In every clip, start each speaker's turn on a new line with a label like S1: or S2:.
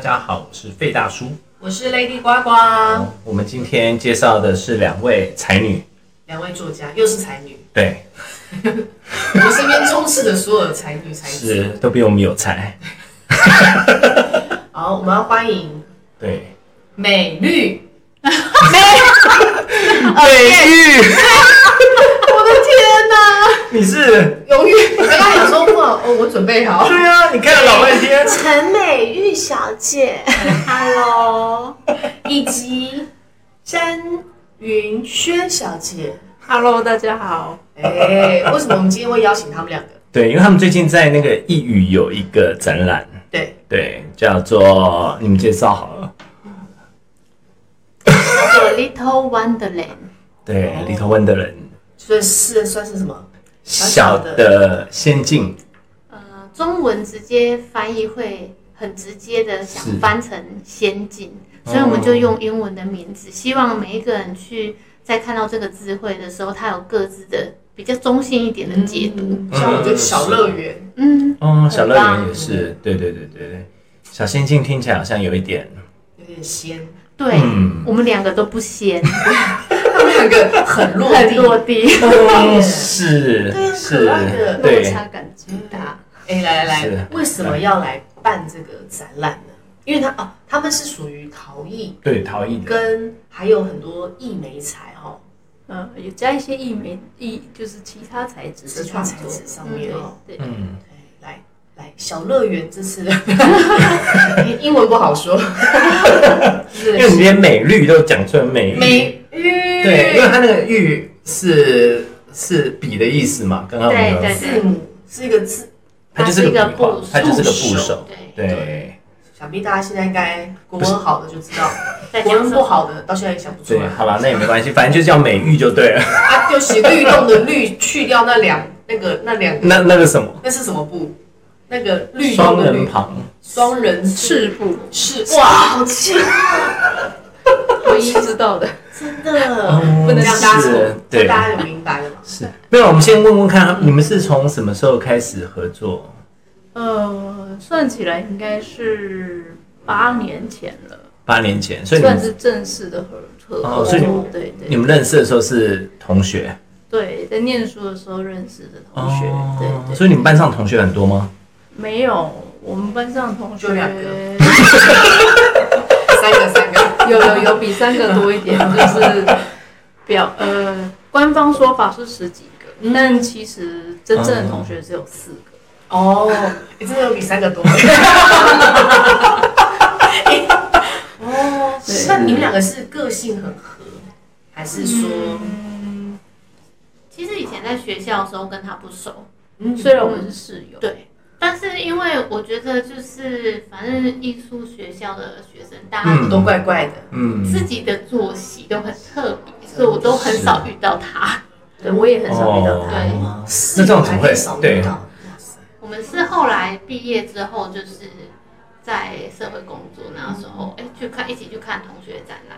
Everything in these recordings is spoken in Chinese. S1: 家好，我是费大叔。
S2: 我是 Lady 呱呱，
S1: 我们今天介绍的是两位才女，
S2: 两位作家又是才女，
S1: 对，
S2: 我身边充斥着所有的才女才子。
S1: 是都比我们有才。
S2: 好，我们要欢迎
S1: 对，
S2: 美绿，
S1: 美玉，
S2: 我的天 哪、
S1: 你是？
S2: 永远，我刚刚想说哇，哦，我准备好。
S1: 对啊，你看了老半天。
S3: 陈美玉小姐，Hello，以及
S2: 詹云轩小姐，
S4: Hello，大家好。
S2: 哎、为什么我们今天会邀请他们两个？
S1: 对，因为他们最近在那个一语有一个展览，
S2: 对，
S1: 对，叫做你们介绍好了。
S3: 叫做 Little Wonderland，
S1: 对，里头问的人，
S2: 所以是算是什么？
S1: 小
S2: 小
S1: 的仙境，
S3: 呃，中文直接翻译会很直接的想
S1: 是
S3: 翻成仙境，所以我们就用英文的名字，希望每一个人去在看到这个智慧的时候，他有各自的比较中性一点的解读。
S2: 嗯像我觉得小乐园，
S3: 嗯，
S1: 哦，小乐园
S3: 很棒
S1: 也是，对对对对对，小仙境听起来好像有一点，
S2: 有点仙，
S3: 对，
S1: 嗯
S3: 我们两个都不仙，
S2: 他们两个很落
S3: 很
S2: 地，
S3: 落地，
S1: 哦是
S2: 对啊
S1: 是
S2: 可爱的，
S3: 落
S1: 对，
S3: 差感巨大。
S2: 哎、来来
S1: 是
S2: 来，为什么要来办这个展览呢？因为他哦，他们是属于陶艺
S1: 对陶艺的，
S2: 跟还有很多艺媒材哦，
S4: 嗯，有加一些艺媒艺，就是其他材质
S2: 其
S4: 的
S2: 他
S4: 创
S2: 材
S4: 作
S2: 质上面哦。
S4: 对，对
S1: 嗯，
S2: 哎来来，小乐园这次 英文不好说，
S1: 因为你
S2: 是
S1: 连美绿都讲出来美玉，
S2: 美玉
S1: 对，因为它那个玉是是笔的意思嘛，刚刚我们
S3: 对
S1: 有
S3: 对
S2: 字母是一个字，
S1: 它就是个笔画，它
S3: 它
S1: 就是
S3: 是
S1: 个部
S2: 一个部首
S1: 首，
S3: 对
S1: 对
S2: 想必大家现在应该国文好的就知道，
S3: 在
S2: 国
S3: 讲
S2: 文
S3: 什
S2: 不
S3: 么？
S2: 好的到现在也想不出
S1: 对，
S2: 来。
S1: 好了，那也没关系，反正就叫美玉就对了。
S2: 啊，就写律动的律，去掉那两那个那两个，
S1: 那那个什么，
S2: 那是什么部？那个律动
S1: 双
S2: 的律
S1: 人，旁，
S2: 双人
S4: 赤布，
S2: 是哇，好气，
S4: 唯一知道的。
S2: 真的
S1: 嗯
S2: 不能让大家
S1: 是
S2: 错，
S1: 对
S2: 这大家有明白了吗？
S1: 是没有，我们先问问看，你们是从什么时候开始合作？
S4: 呃，算起来应该是八年前了，
S1: 八年前，所以你
S4: 算
S1: 们
S4: 是正式的合合
S1: 哦
S4: 合
S1: 所以
S4: 作。对
S1: 你
S4: 对
S1: 们认识的时候是同学，
S4: 对，在念书的时候认识的同学。哦对对，
S1: 哦所以你们班上同学很多吗？
S4: 没有我们班上同学
S2: 就两个三个三个，
S4: 有有有比三个多一 点，就是表呃，官方说法是十几
S1: 嗯
S4: 个，但其实真正的同学只有四个。
S2: 哦，你真的有比三个 多。哦，
S4: 对
S2: 那你们两个是个性很合，还是说
S4: 嗯，
S3: 其实以前在学校的时候跟他不熟，
S2: 嗯
S4: 虽然我们是室友，
S3: 对，但是因为我觉得就是反正艺术学校的学生，大
S1: 嗯
S3: 家
S2: 都怪怪的？
S1: 嗯，
S3: 自己的作息都很特别，所以我都很少遇到他。
S4: 对我也很少遇到他。
S1: 哦
S2: 是
S1: 那这样怎么会
S2: 还是少遇到哇塞
S3: 我们是后来毕业之后，就是在社会工作那时候，哎、去看一起去看同学展览。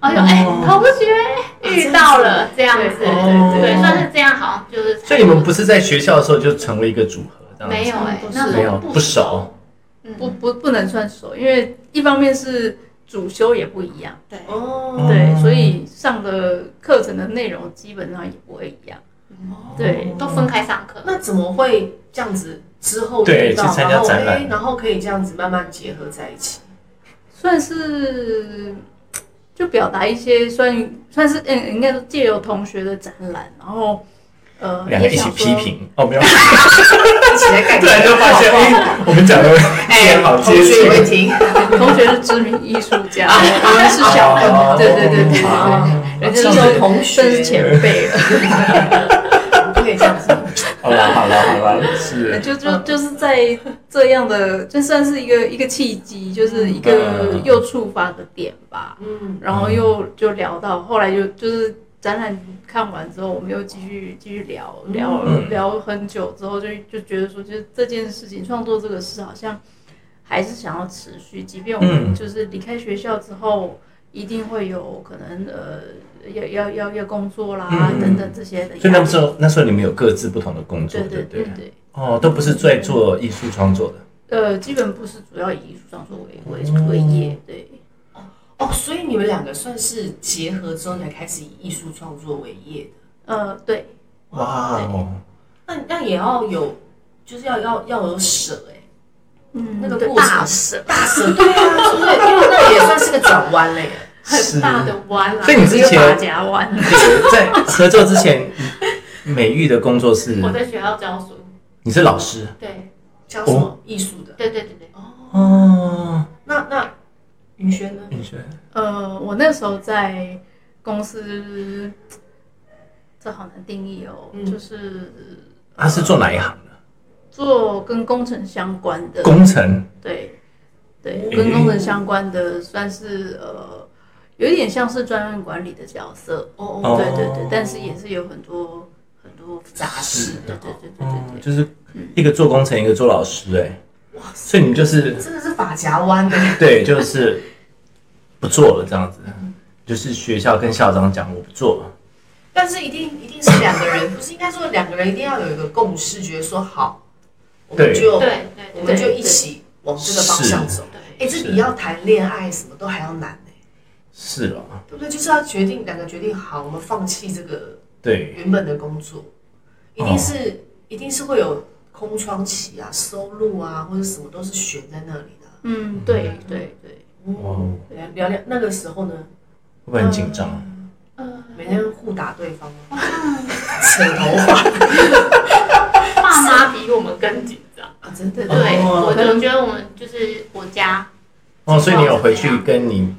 S3: 哎呦，哎、
S1: 嗯哦啊
S3: 同学遇到了这样子，
S2: 对
S1: 对对
S3: 对，算是这样，好像就是。
S1: 所以你们不是在学校的时候就成为一个组合，这样子
S3: 没有哎、
S4: 不是
S3: 那时候
S1: 没有不熟，
S3: 嗯，
S4: 不不不能算熟，因为一方面是主修也不一样，
S3: 对，
S2: 哦，
S1: 嗯
S4: 对，所以上的课程的内容基本上也不会一样，对
S3: 都分开上
S1: 嗯
S3: 课。
S2: 那怎么会这样子？之后
S1: 对
S2: 遇到
S1: 去参加
S2: 然后
S1: 展览
S2: 哎然后可以这样子慢慢结合在一起。
S4: 算是就表达一些算算是嗯，应该说借由同学的展览，然后呃，
S1: 两个
S4: 也
S1: 一起
S4: 想
S1: 批
S4: 说，
S1: 评哦，没有，
S2: 一起来感
S1: 突然就发现，哎，我们讲的
S2: 哎，
S1: 天好
S2: 同
S1: 接
S2: 学也会
S1: 近，
S2: 听，
S4: 同学是知名艺术家，我们是小
S1: 哦
S4: 的，对对对对
S2: 哦
S4: 对，人家
S2: 记得
S4: 说
S2: 同
S4: 甚
S2: 学
S4: 是前辈了。
S2: 不可以这样子。
S1: 好了好了好了，
S4: 对
S1: 是
S4: 就就就是在这样的，就算是一个一个契机，就是一个
S1: 嗯
S4: 又触发的点吧。
S2: 嗯，
S4: 然后又就聊到后来就就是展览看完之后，我们又继续继续聊聊
S1: 嗯
S4: 聊很久之后就，就觉得说，就是这件事情创作这个事好像还是想要持续，即便我
S1: 嗯
S4: 们就是离开学校之后，一定会有可能呃要要要要工作啦、
S1: 嗯
S4: 等等这些的压力。
S1: 所以那时候那时候你们有各自不同的工作，
S4: 对
S1: 对
S4: 对
S1: 不对
S4: 对？对，
S1: 哦，都不是在做艺术创作的，
S4: 呃，基本步是主要以艺术创作为为为业，对，
S2: 哦，所以你们两个算是结合之后才开始以艺术创作为业的。
S4: 呃，对，
S1: 哇哦，
S2: 那那也要有，就是要要要有舍哎、
S4: 嗯
S2: 那个过
S3: 大
S2: 程
S3: 神
S2: 大舍对啊，是不是？因为那也算是个转弯嘞。
S1: 是
S3: 很大的弯啊，
S1: 所以你之前
S3: 一个马甲弯。
S1: 对在合作之前，美育的工作是
S3: 我在学校教书，
S1: 你是老师
S3: 对
S2: 教什么艺术的？
S3: 对对对对，
S1: 哦，
S2: 那那云轩呢？
S1: 你觉得
S4: 呃，我那时候在公司，这好难定义哦，
S2: 嗯
S4: 就是
S1: 他是做哪一行的？
S4: 做跟工程相关的，
S1: 工程
S4: 对对，
S1: 诶
S4: 跟工程相关的算是呃，有一点像是专案管理的角色，
S2: 哦
S1: 哦
S2: 哦，
S4: 对对对，但是也是有很多很多杂
S1: 是
S4: 事，对对对对
S1: 哦
S4: 对，对，
S1: 就是一个做工程，一个做老师，哎，所以你们就是
S2: 真的是发夹弯的。
S1: 对，就是不做了这样子，就是学校跟校长讲我不做了，
S2: 但是一定一定是两个人，不是应该说两个人一定要有一个共识，觉得说好，我们
S1: 对
S2: 就
S3: 对对对
S2: 我们就一起往这个方向走。
S3: 对，
S2: 哎，这比要谈恋爱什么都还要难呢，
S1: 是哦了，
S2: 对不对？就是要决定两个决定好，我们放弃这个
S1: 对，
S2: 原本的工作，一定是、
S1: 哦
S2: 一定是会有空窗期啊，收入啊或者什么都是悬在那里的。
S4: 嗯，对对对，
S1: 哇，
S2: 嗯，聊聊聊那个时候呢，
S1: 哦会不会很紧张？
S2: 每天互打对方吗，扯头发
S3: 爸妈比我们更紧张。
S2: 啊，真的
S1: 哦
S3: 对，
S1: 哦
S3: 我就觉得我们就是我家
S1: 哦，所以你有回去跟你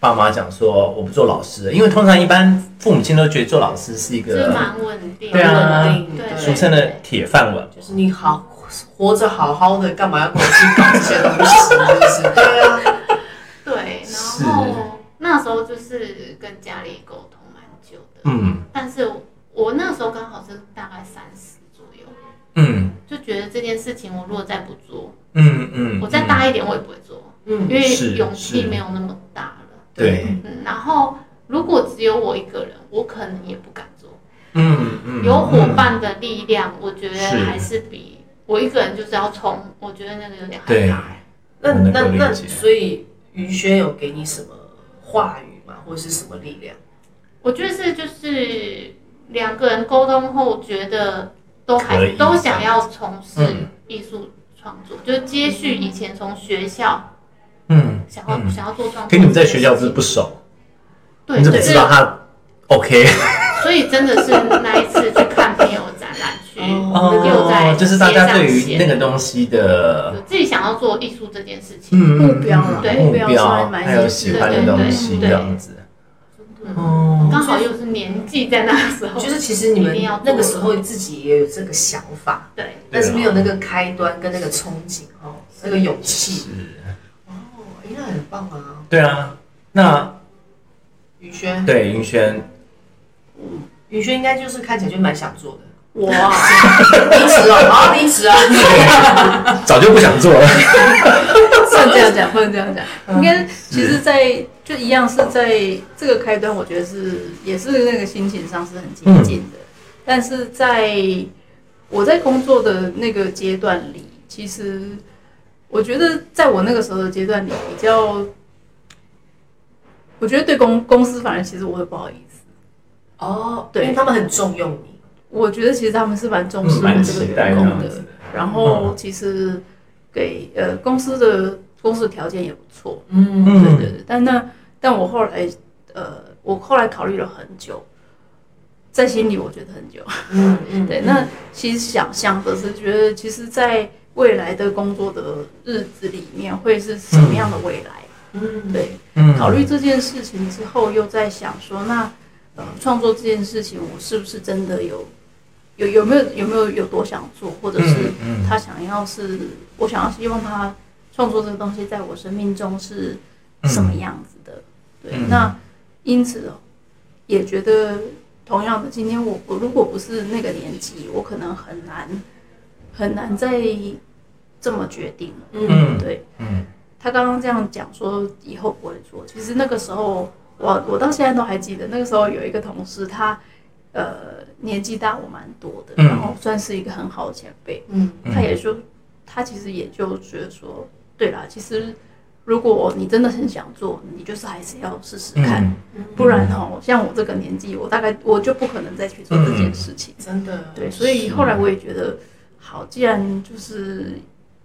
S1: 爸妈讲说我不做老师了，因为通常一般父母亲都觉得做老师是一
S3: 是
S1: 个
S3: 蛮稳定的，
S1: 对啊
S2: 稳定
S3: 对
S1: 俗称的铁饭碗。
S2: 就是你好活着好好的，干嘛要跟我去搞这些东西？ 是不是？对啊，
S3: 对，
S1: 是
S3: 然后那时候就是跟家里沟通蛮久的，
S1: 嗯
S3: 但是我那时候刚好是大概三十左右，
S1: 嗯
S3: 就觉得这件事情我如果再不做，
S1: 嗯嗯，
S3: 我再大一点我也不会做，因
S2: 嗯，
S3: 为
S1: 是
S3: 勇
S1: 是
S3: 气没有那么大了。
S1: 对，
S3: 嗯，然后如果只有我一个人，我可能也不敢做。
S1: 嗯嗯，
S3: 有伙伴的力量，我觉得
S1: 是
S3: 还是比我一个人就是要冲，我觉得那个有点
S1: 嗯
S3: 害
S1: 对
S3: 怕。
S2: 那
S1: 我能够
S2: 那那，
S1: 理解
S2: 所以云轩有给你什么话语吗，或者是什么力量？
S3: 我觉得是就是两个人沟通后，觉得都
S1: 可
S3: 还
S1: 以
S3: 都想要从
S1: 嗯
S3: 事艺术创作，就是接续以前从学校
S1: 嗯
S3: 想要、
S1: 嗯，
S3: 想要做创作。
S1: 跟你们在学校不是不熟，
S3: 对
S1: 你怎么
S3: 对
S1: 知道他 OK？
S3: 所以真的是那一次去看朋友展览去，
S2: 哦
S3: 又在
S1: 就是大家对
S3: 街
S1: 于
S3: 上
S1: 那
S3: 写
S1: 个东西的
S3: 有自己想要做艺术这件事情，
S1: 嗯嗯
S4: 目标啦
S1: 嗯
S3: 对
S1: 目
S4: 目标上
S1: 标
S4: 面蛮
S1: 还有
S4: 清
S1: 喜
S4: 晰
S1: 欢的
S3: 对对
S1: 东
S3: 对
S1: 西这
S3: 对
S1: 样子。
S3: 嗯
S1: 哦，
S3: 刚好又是年纪在那时候，
S2: 就是其实你们
S3: 哦一定要做
S2: 那个时候自己也有这个想法，
S3: 对
S1: 啊
S2: 但是没有那个开端跟那个憧憬哦，那个勇气。哦，哎那很棒啊，
S1: 对啊，那
S2: 云轩，
S1: 对云轩
S2: 云轩应该就是看起来就蛮想做的。
S4: 我啊，
S2: 离职哦，好好离职啊！
S1: 早就不想做了。
S4: 不能这样讲，不能这样讲。
S1: 嗯
S4: 应该其实在，就一样是在这个开端，我觉得是也是那个心情上是很精进的。
S1: 嗯
S4: 但是在我在工作的那个阶段里，其实我觉得在我那个时候的阶段里，比较，我觉得对公公司反而其实我会不好意思。
S2: 哦，
S4: 对
S2: 因为他们很重用你。
S4: 我觉得其实他们是蛮重视我
S1: 蛮
S4: 这个
S1: 期待嗯
S4: 员
S1: 这样
S4: 工
S1: 子
S4: 的
S1: 的，
S4: 然后其实给呃公司的公司的条件也不错。
S2: 嗯
S4: 对对对，但那但我后来呃，我后来考虑了很久，在心里我觉得很久。
S2: 嗯嗯，
S4: 对，那其实想想的是，觉得其实，在未来的工作的日子里面，会是什么样的未来？
S2: 嗯
S4: 对，
S1: 嗯
S4: 考虑这件事情之后，又在想说，那呃，创作这件事情，我是不是真的有有有没有有没有有多想做，或者是
S1: 嗯
S4: 他想要是我想要希望他创作这个东西在我生命中是什么样子的。对，
S1: 嗯
S4: 那因此也觉得同样的，今天我我如果不是那个年纪，我可能很难很难再这么决定。
S2: 嗯，
S4: 对
S1: 嗯
S4: 他刚刚这样讲说以后不会做，其实那个时候我我到现在都还记得，那个时候有一个同事他。呃，年纪大我蛮多的，
S1: 嗯
S4: 然后算是一个很好的前辈。
S2: 嗯
S4: 他也说，他其实也就觉得说，对啦，其实如果你真的很想做，你就是还是要试试看，
S1: 嗯，
S4: 不然哦，像我这个年纪，我大概我就不可能再去做这件事
S1: 嗯
S4: 情。
S2: 真的，
S4: 对，所以后来我也觉得，好，既然就是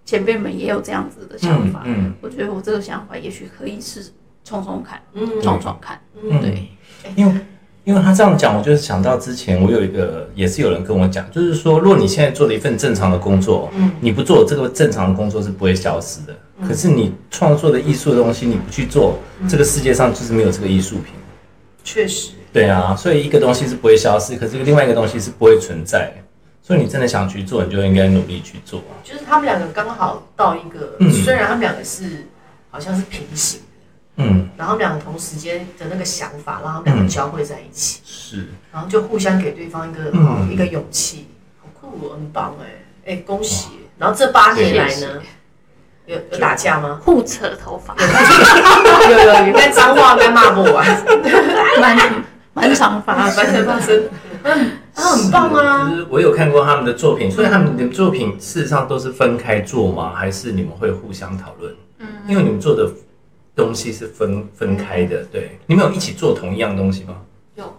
S4: 前辈们也有这样子的想法，
S1: 嗯
S4: 我觉得我这个想法也许可以试冲冲看，
S2: 嗯
S4: 闯闯看。
S1: 嗯，
S4: 对，
S1: 因为因为他这样讲，我就是想到之前我有一个也是有人跟我讲，就是说，如果你现在做了一份正常的工作，嗯，你不做这个正常的工作是不会消失的。可是你创作的艺术的东西，你不去做，这个世界上就是没有这个艺术品。
S2: 确实，
S1: 对啊，所以一个东西是不会消失，可是另外一个东西是不会存在。所以你真的想去做，你就应该努力去做。
S2: 就是他们两个刚好到一个，
S1: 嗯
S2: 虽然他们两个是好像是平行，
S1: 嗯，
S2: 然后他们两个同时间的那个想法，让他们两个交汇在一起，
S1: 是，
S2: 然后就互相给对方一个、哦
S1: 嗯
S2: 一个勇气，好酷哦，很棒哎哎，恭喜！然后这八年来呢，有有打架吗？
S3: 互扯头发，
S2: 有有，有，该脏话该骂不完，
S4: 蛮蛮常发
S2: 反
S4: 生
S2: 正
S4: 的
S2: 发。生，嗯，啊很棒啊
S1: 就！是我有看过他们的作品，所以他们的作品事实上都是分开做吗？还是你们会互相讨论？嗯，因为你们做的东西是分分开的，对，你们有一起做同一样东西吗？
S3: 有，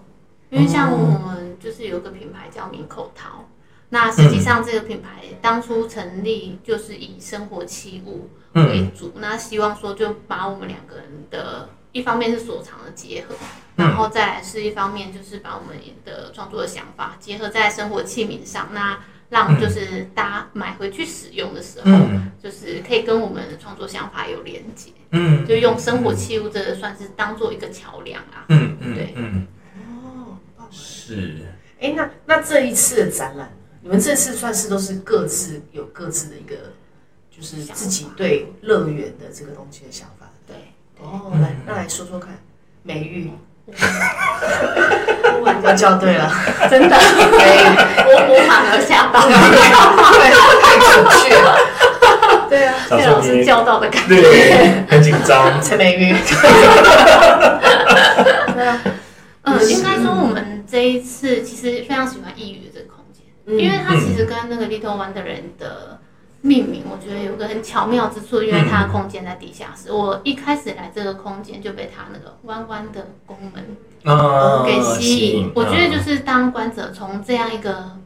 S3: 因为像我们就是有一个品牌叫明口桃，那实际上这个品牌当初成立就是以生活器物为主，那希望说就把我们两个人的一方面是所长的结合，然后再来是一方面就是把我们的创作的想法结合在生活器皿上，那让就是大家买回去使用的时候，
S1: 嗯
S3: 就是可以跟我们的创作想法有连接，
S1: 嗯
S3: 就用生活器物这个算是当做一个桥梁 啊。
S1: 嗯嗯
S3: 对
S1: 嗯，
S2: 哦，很棒
S1: 是，
S2: 哎，那那这一次的展览，你们这次算是都是各自有各自的一个，就是自己对乐园的这个东西的想法。
S3: 对。
S2: 哦，来，那来说说看，美 玉，我叫对了，
S3: 真的， 我我反而吓到，
S2: 对，太准确了，
S4: 对啊，
S1: 小
S3: 被
S1: 时候
S3: 老
S1: 你
S3: 师叫到的感觉。
S1: 对，很紧 张，
S2: 陈美玉，
S3: 嗯，应该说我们这一次其实非常喜欢抑郁这个空间，因为它其实跟那个 Little Wonder 人的命名，我觉得有个很巧妙之处，因为它的空间在地下室。我一开始来这个空间就被它那个弯弯的宫门
S1: 啊
S3: 给呃吸引
S1: 嗯，
S3: 我觉得就是当观者从这样一个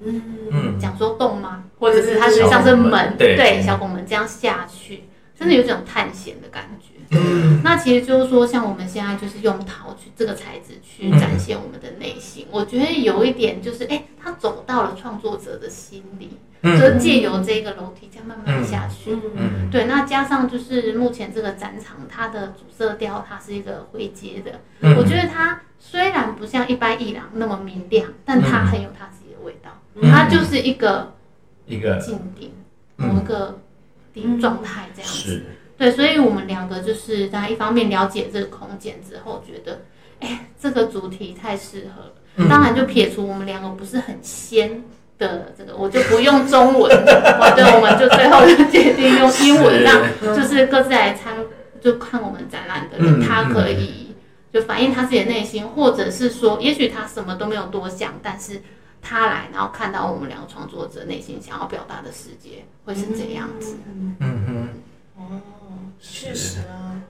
S2: 嗯，
S1: 嗯
S3: 讲说洞吗？或者是它实际上
S1: 小
S3: 是
S1: 拱门
S3: 门，
S1: 对
S3: 小拱门这样下去，真的有种探险的感觉。
S1: 嗯
S3: 那其实就是说，像我们现在就是用陶去这个材质去展现我们的内
S1: 嗯
S3: 心，我觉得有一点就是，哎、它走到了创作者的心里，就是借由这个楼梯这样慢慢下去。
S1: 嗯
S3: 对，那加上就是目前这个展场，它的主色调它是一个灰阶的，
S1: 嗯
S3: 我觉得它虽然不像一般艺廊那么明亮，但它很有它自己的味道，
S1: 嗯
S3: 它就是一个
S1: 一个
S3: 静定，
S1: 嗯
S3: 某一个定状态这样子。
S1: 是，
S3: 对，所以我们两个就是大家一方面了解这个空间之后，觉得哎这个主题太适合了，
S1: 嗯
S3: 当然就撇除我们两个不是很仙。的这个我就不用中文，我对，我们就最后就决定用英文
S1: 是
S3: 让就是各自来参，就看我们展览的
S1: 嗯
S3: 人，
S1: 嗯
S3: 他可以就反映他自己的内心，或者是说，也许他什么都没有多想，但是他来，然后看到我们两个创作者内心想要表达的世界会是这样子。
S1: 嗯哼，
S2: 哦确实啊。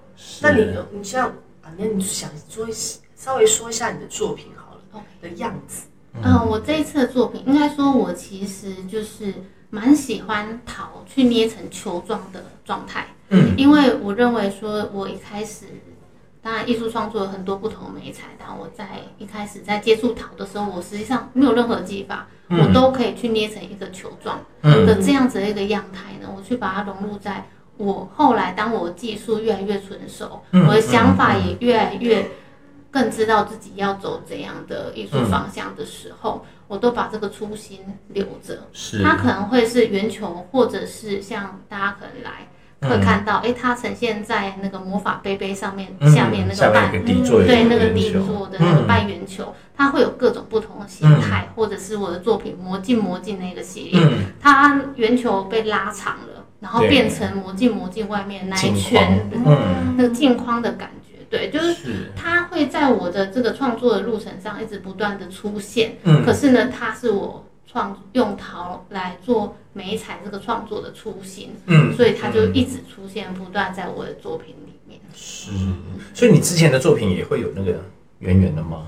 S2: 那你有你像啊，那你想说一稍微说一下你的作品好了
S3: OK
S2: 的样子，
S3: 嗯，我这一次的作品，应该说我其实就是蛮喜欢陶去捏成球状的状态，
S1: 嗯，
S3: 因为我认为说，我一开始，当然艺术创作有很多不同的美材，但我在一开始在接触陶的时候，我实际上没有任何技法，我都可以去捏成一个球状的这样子的一个样态呢，我去把它融入在。我后来，当我技术越来越纯熟，我的想法也越来越更知道自己要走怎样的艺术方向的时候，我都把这个初心留着。
S1: 是，
S3: 它可能会是圆球，或者是像大家可能来会看到，哎、它呈现在那个魔法杯杯上面，
S1: 嗯
S3: 下面那
S1: 下
S3: 个
S1: 面有
S3: 半
S1: 个底座有
S3: 对
S1: 个
S3: 那个
S1: 圆
S3: 底
S1: 球嗯
S3: 座的那个半圆球，它会有各种不同的形态，或者是我的作品《魔镜魔镜》那个系列，
S1: 嗯
S3: 它圆球被拉长了，然后
S1: 对
S3: 变成《魔镜魔镜》外面那一
S1: 镜
S3: 圈
S1: 框，嗯，
S3: 那个镜框的感觉，对，就是
S1: 是，
S3: 它会在我的这个创作的路程上一直不断的出现。
S1: 嗯
S3: 可是呢，它是我创用陶来做美彩这个创作的初心，
S1: 嗯
S3: 所以它就一直出现，不断在我的作品里面。
S1: 是，所以你之前的作品也会有那个圆圆的吗？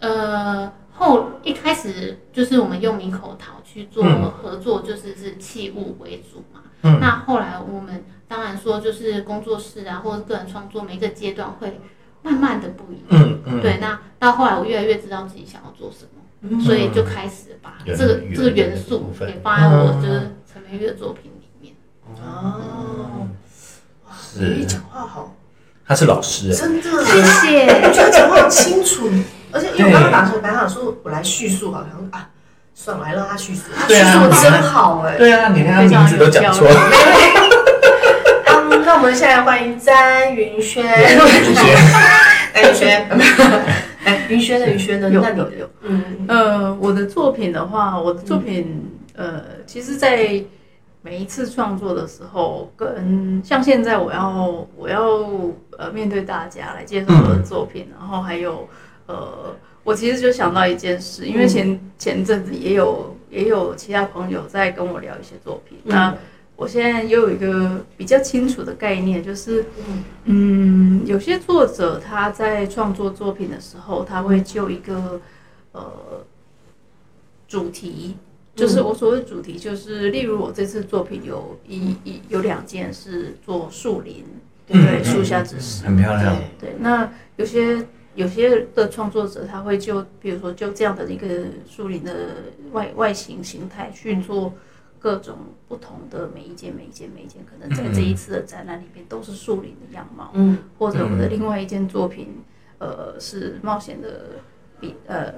S3: 呃，后一开始就是我们用猕口桃去做
S1: 嗯
S3: 合作，就是是器物为主嘛。
S1: 嗯
S3: 那后来我们当然说，就是工作室啊，或者个人创作，每一个阶段会慢慢的不一样。
S1: 嗯嗯，
S3: 对，那到后来我越来越知道自己想要做什么，所以就开始把这个
S1: 原
S3: 这个
S1: 原
S3: 元
S1: 的部
S3: 素
S1: 分
S3: 也放在
S1: 嗯
S3: 我就是陈明玉的作品里面。
S2: 哦，哇，
S1: 是
S2: 你讲话好，
S1: 他是老师哎，
S2: 真的，
S3: 谢谢。
S2: 我觉得讲话好清楚，而且因为我刚刚打算打算说我来叙述好了，然后啊，算了，我还让他叙述，他叙
S1: 对啊
S2: 述得真好哎。
S1: 对啊，你连他名字都讲错，
S2: 嗯，那我们现在欢迎詹 云轩，
S1: 有一些
S2: 哎，云轩，哎，云轩的云轩的，
S4: 有
S2: 那你
S4: 有有。
S2: 嗯，
S4: 呃，我的作品的话，我的作品、呃，其实，在每一次创作的时候，跟像现在我要我要呃面对大家来介绍我的作品，然后还有呃，我其实就想到一件事，因为前、
S2: 嗯
S4: 前阵子也有也有其他朋友在跟我聊一些作品，
S2: 嗯
S4: 那我现在也有一个比较清楚的概念，就是
S2: 嗯，
S4: 嗯，有些作者他在创作作品的时候，他
S2: 嗯
S4: 会就一个呃主题，就是我所谓主题，就是例如我这次作品有一一有两件是做树林，对，
S1: 嗯
S4: 树下之石，
S1: 很漂亮，
S2: 对，
S4: 对，那有些有些的创作者他会就比如说就这样的一个树林的外外形形态去做各种不同的每一件每一件每一件，可能在这一次的展览里面都是树林的样貌，
S2: 嗯，
S4: 或者我的另外一件作品，呃，是冒险的彼呃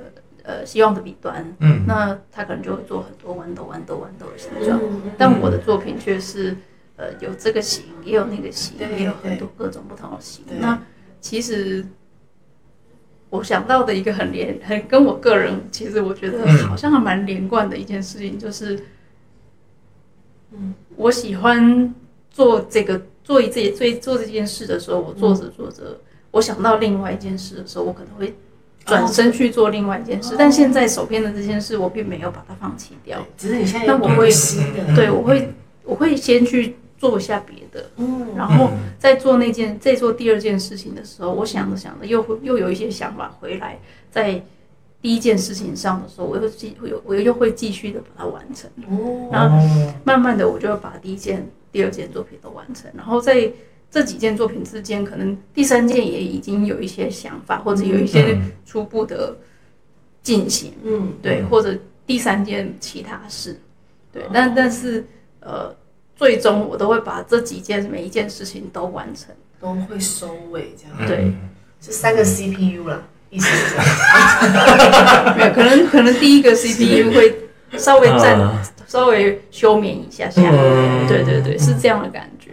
S4: 呃希望的彼端，
S1: 嗯，
S4: 那他可能就会做很多豌豆豌豆豌豆的形状，
S2: 嗯
S4: 但我的作品却是呃有这个型，也有那个型，
S2: 对
S4: 也有很多各种不同的型
S2: 对。
S4: 那其实我想到的一个很连很跟我个人，其实我觉得
S1: 嗯
S4: 好像还蛮连贯的一件事情，就是，嗯，我喜欢做这个做一这做做这件事的时候，我做着做着，我想到另外一件事的时候，我可能会。转身去做另外一件事，但现在手边的这件事，我并没有把它放弃掉。
S2: 只是你现在
S4: 那
S2: 有
S4: 我
S2: 多
S4: 会
S2: 新的，
S4: 对，我会我会先去做一下别的，
S2: 嗯，
S4: 然后在做那件在做第二件事情的时候，我想着想着又会又有一些想法回来，在第一件事情上的时候，我又继会有我又会继续的把它完成，
S2: 哦，
S4: 然后慢慢的我就会把第一件、第二件作品都完成，然后在这几件作品之间，可能第三件也已经有一些想法，或者有一些
S1: 嗯
S4: 初步的进行，
S2: 嗯，
S4: 对，或者第三件其他事，对，但但是呃，最终我都会把这几件每一件事情都完成，
S2: 都会收尾这
S1: 嗯
S2: 样，
S4: 对，
S2: 就三个 CPU 啦，意思是这样，
S4: 没有可能可能第一个 CPU 会稍微暂、
S1: 啊
S4: 稍微休眠一下下，
S1: 嗯
S4: 对对对，是这样的感觉，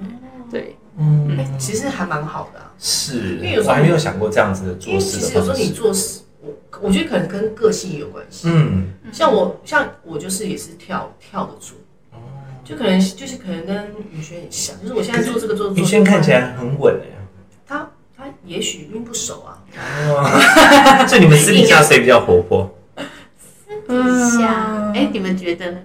S4: 对，
S1: 嗯，
S2: 哎，其实还蛮好的啊，
S1: 是
S2: 因为有，时
S1: 我
S2: 候
S1: 还没有想过这样子的
S2: 因
S1: 做
S2: 为其
S1: 事的
S2: 实有时
S1: 方
S2: 候你
S1: 式，
S2: 做事，我我觉得可能跟个性也有关系，
S1: 嗯
S2: 像我像我就是也是跳跳的组，
S1: 哦
S2: 就可能就是可能跟宇轩很像，就是我现在做这个做做，
S1: 宇轩看起来很稳欸
S2: 他他也许并不熟啊，
S1: 哎，就你们私底下谁比较活泼？
S4: 嗯
S1: 嗯
S3: 一下，哎，你们觉得呢？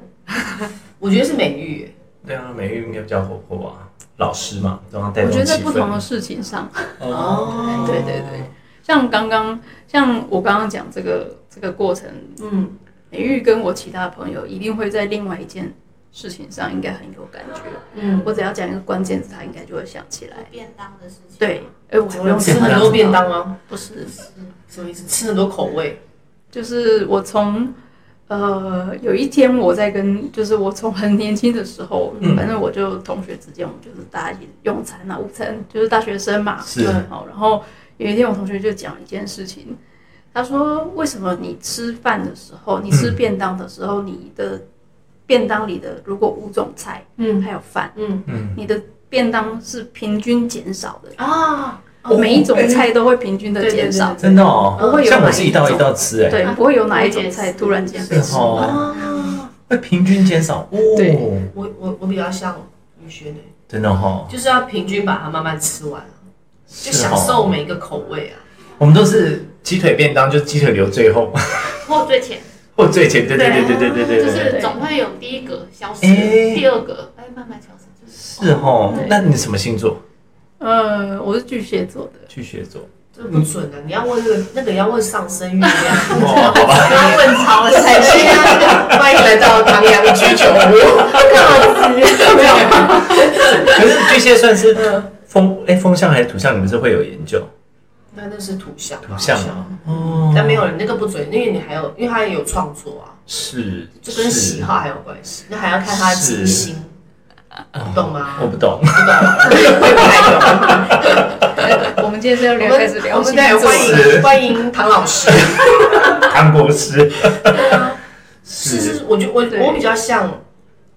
S2: 我觉得是美玉耶，
S1: 对啊，美玉应该比较活泼吧，老师嘛，然后带
S4: 我
S1: 动
S4: 觉
S1: 气
S4: 得在
S1: 氛。
S4: 不同的事情上，
S2: 哦
S4: 对对对，像刚刚像我刚刚讲这个这个过程，
S2: 嗯，
S4: 美玉跟我其他朋友一定会在另外一件事情上应该很有感觉。
S2: 嗯，
S4: 我只要讲一个关键字，他应该就会想起来。
S3: 便当的事情。
S4: 对，，哎，我还不用
S2: 嗯吃
S4: 讲
S2: 很多便，当吗？
S4: 不是，
S2: 什么意思？吃很多口味，
S4: 就是我从呃有一天我在跟，就是我从很年轻的时候，
S1: 嗯
S4: 反正我就同学之间，我们就是大家一起用餐啊，午餐就是大学生嘛，
S1: 是
S4: 对好，然后有一天我同学就讲一件事情，他说为什么你吃饭的时候，你吃便当的时候，你的便当里的如果五种菜，
S2: 嗯
S4: 还有饭，
S2: 嗯
S1: 嗯
S4: 你的便当是平均减少的，
S2: 啊，
S1: 哦
S4: 每一种菜都会平均的
S2: 对对
S4: 减少，
S1: 真的哦，
S4: 不会有
S1: 像我
S4: 哪
S1: 是
S4: 一
S1: 一道一
S4: 种
S1: 道吃哎，
S4: 对，不会有哪一种
S3: 我
S4: 菜
S3: 也是
S4: 突然间被
S1: 是
S4: 吃
S1: 哦
S4: 完。
S2: 啊，
S1: 会平均减少
S4: 对
S1: 哦，
S2: 我我我比较像宇轩的，
S1: 真的哦哈，
S2: 就是要平均把它慢慢吃完啊，就是享
S1: 哦
S2: 受每一个口味啊，
S1: 我们都是鸡腿便当，就鸡腿留最后，
S3: 或最前，
S1: 或最前，对对对对对对对
S3: 就
S1: 对对，
S3: 是总会有第一个消失，
S1: 哎
S3: 第二个哎慢慢消失，就是
S1: 是哦
S4: 对。
S1: 那你什么星座？
S4: 呃，我是巨蟹座的，
S1: 巨蟹座。
S2: 这不准的。你要问那个那个要问上升月亮，
S1: 哦，好吧，
S2: 不要问潮了才是啊。欢迎来到唐阳居酒屋，
S1: 可是巨蟹算是风哎风象还是土象？你们是会有研究？
S2: 那那是土象，
S1: 土象啊，哦
S2: 但没有人那个不准，因为你还有，因为他也有创作啊，
S1: 是
S2: 这跟喜好还有关系，那还要看他金星，懂吗？
S1: 我不懂。
S2: 不懂，我也不太懂。
S4: 哎 我们今天是要
S2: 我
S4: 聊开始
S2: 们
S4: 聊
S2: 我
S4: 星
S2: 们对
S4: 座
S2: 欢
S4: 了，
S1: 是
S2: 迎欢迎唐老师。
S1: 韩国诗
S2: 是是，是我觉得我
S4: 对
S2: 我比较像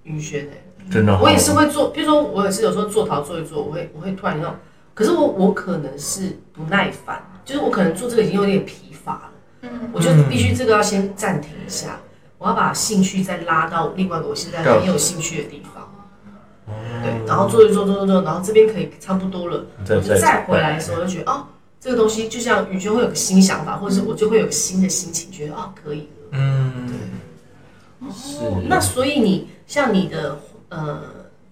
S2: 宇轩哎、
S1: 真的哦，
S2: 我也是会做，比如说我也是有时候做陶做一做，我会我会突然那种，可是我我可能是不耐烦，就是我可能做这个已经有点疲乏了，
S3: 嗯
S2: 我就必须这个要先暂停一下，我要把兴趣再拉到另外一个我现在
S1: 对
S2: 很有兴趣的地方。哦对，然后做一做做做做，然后这边可以差不多了，
S1: 对
S2: 我
S1: 对
S2: 就再回来的时候，我就觉得哦，这个东西就像宇轩会有个新想法，或者是我就会有个新的心情，觉得哦可以了。
S1: 嗯，是
S2: 那所以你像你的呃，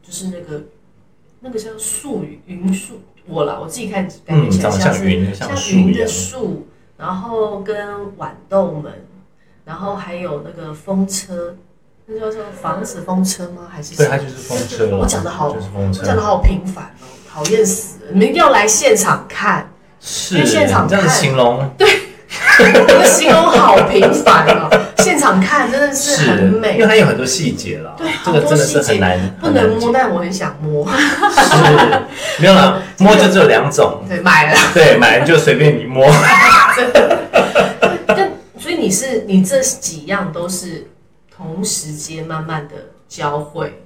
S2: 就是那个那个叫树云云树，我啦，我自己看感觉
S1: 嗯，
S2: 起来
S1: 长得像
S2: 像是
S1: 云，像
S2: 像
S1: 树
S2: 云
S1: 一
S2: 的
S1: 样。
S2: 树，然后跟豌豆们，然后还有那个风车，那叫做防止风车吗？还是
S1: 对，
S2: 什
S1: 它
S2: 么？
S1: 就是风车了。
S2: 我讲得好
S1: 就是风
S2: 我讲
S1: 车。
S2: 的好频繁哦，讨厌死了！你们一定要来现场看，
S1: 是，
S2: 因为现场
S1: 你这样子
S2: 看
S1: 形容，
S2: 你们形容好频繁哦，现场看真的是很
S1: 因
S2: 美
S1: 为，它有很多细节了。
S2: 对
S1: 这个
S2: 好多
S1: 真的是
S2: 细节
S1: 很难，
S2: 不
S1: 很难
S2: 能摸，
S1: 解
S2: 但我很想摸。
S1: 是， 没有啦，摸就只有两种，
S2: 对，买了。
S1: 对，买了就随便你摸。
S2: 但所以你是你这几样都是同时间慢慢的交汇，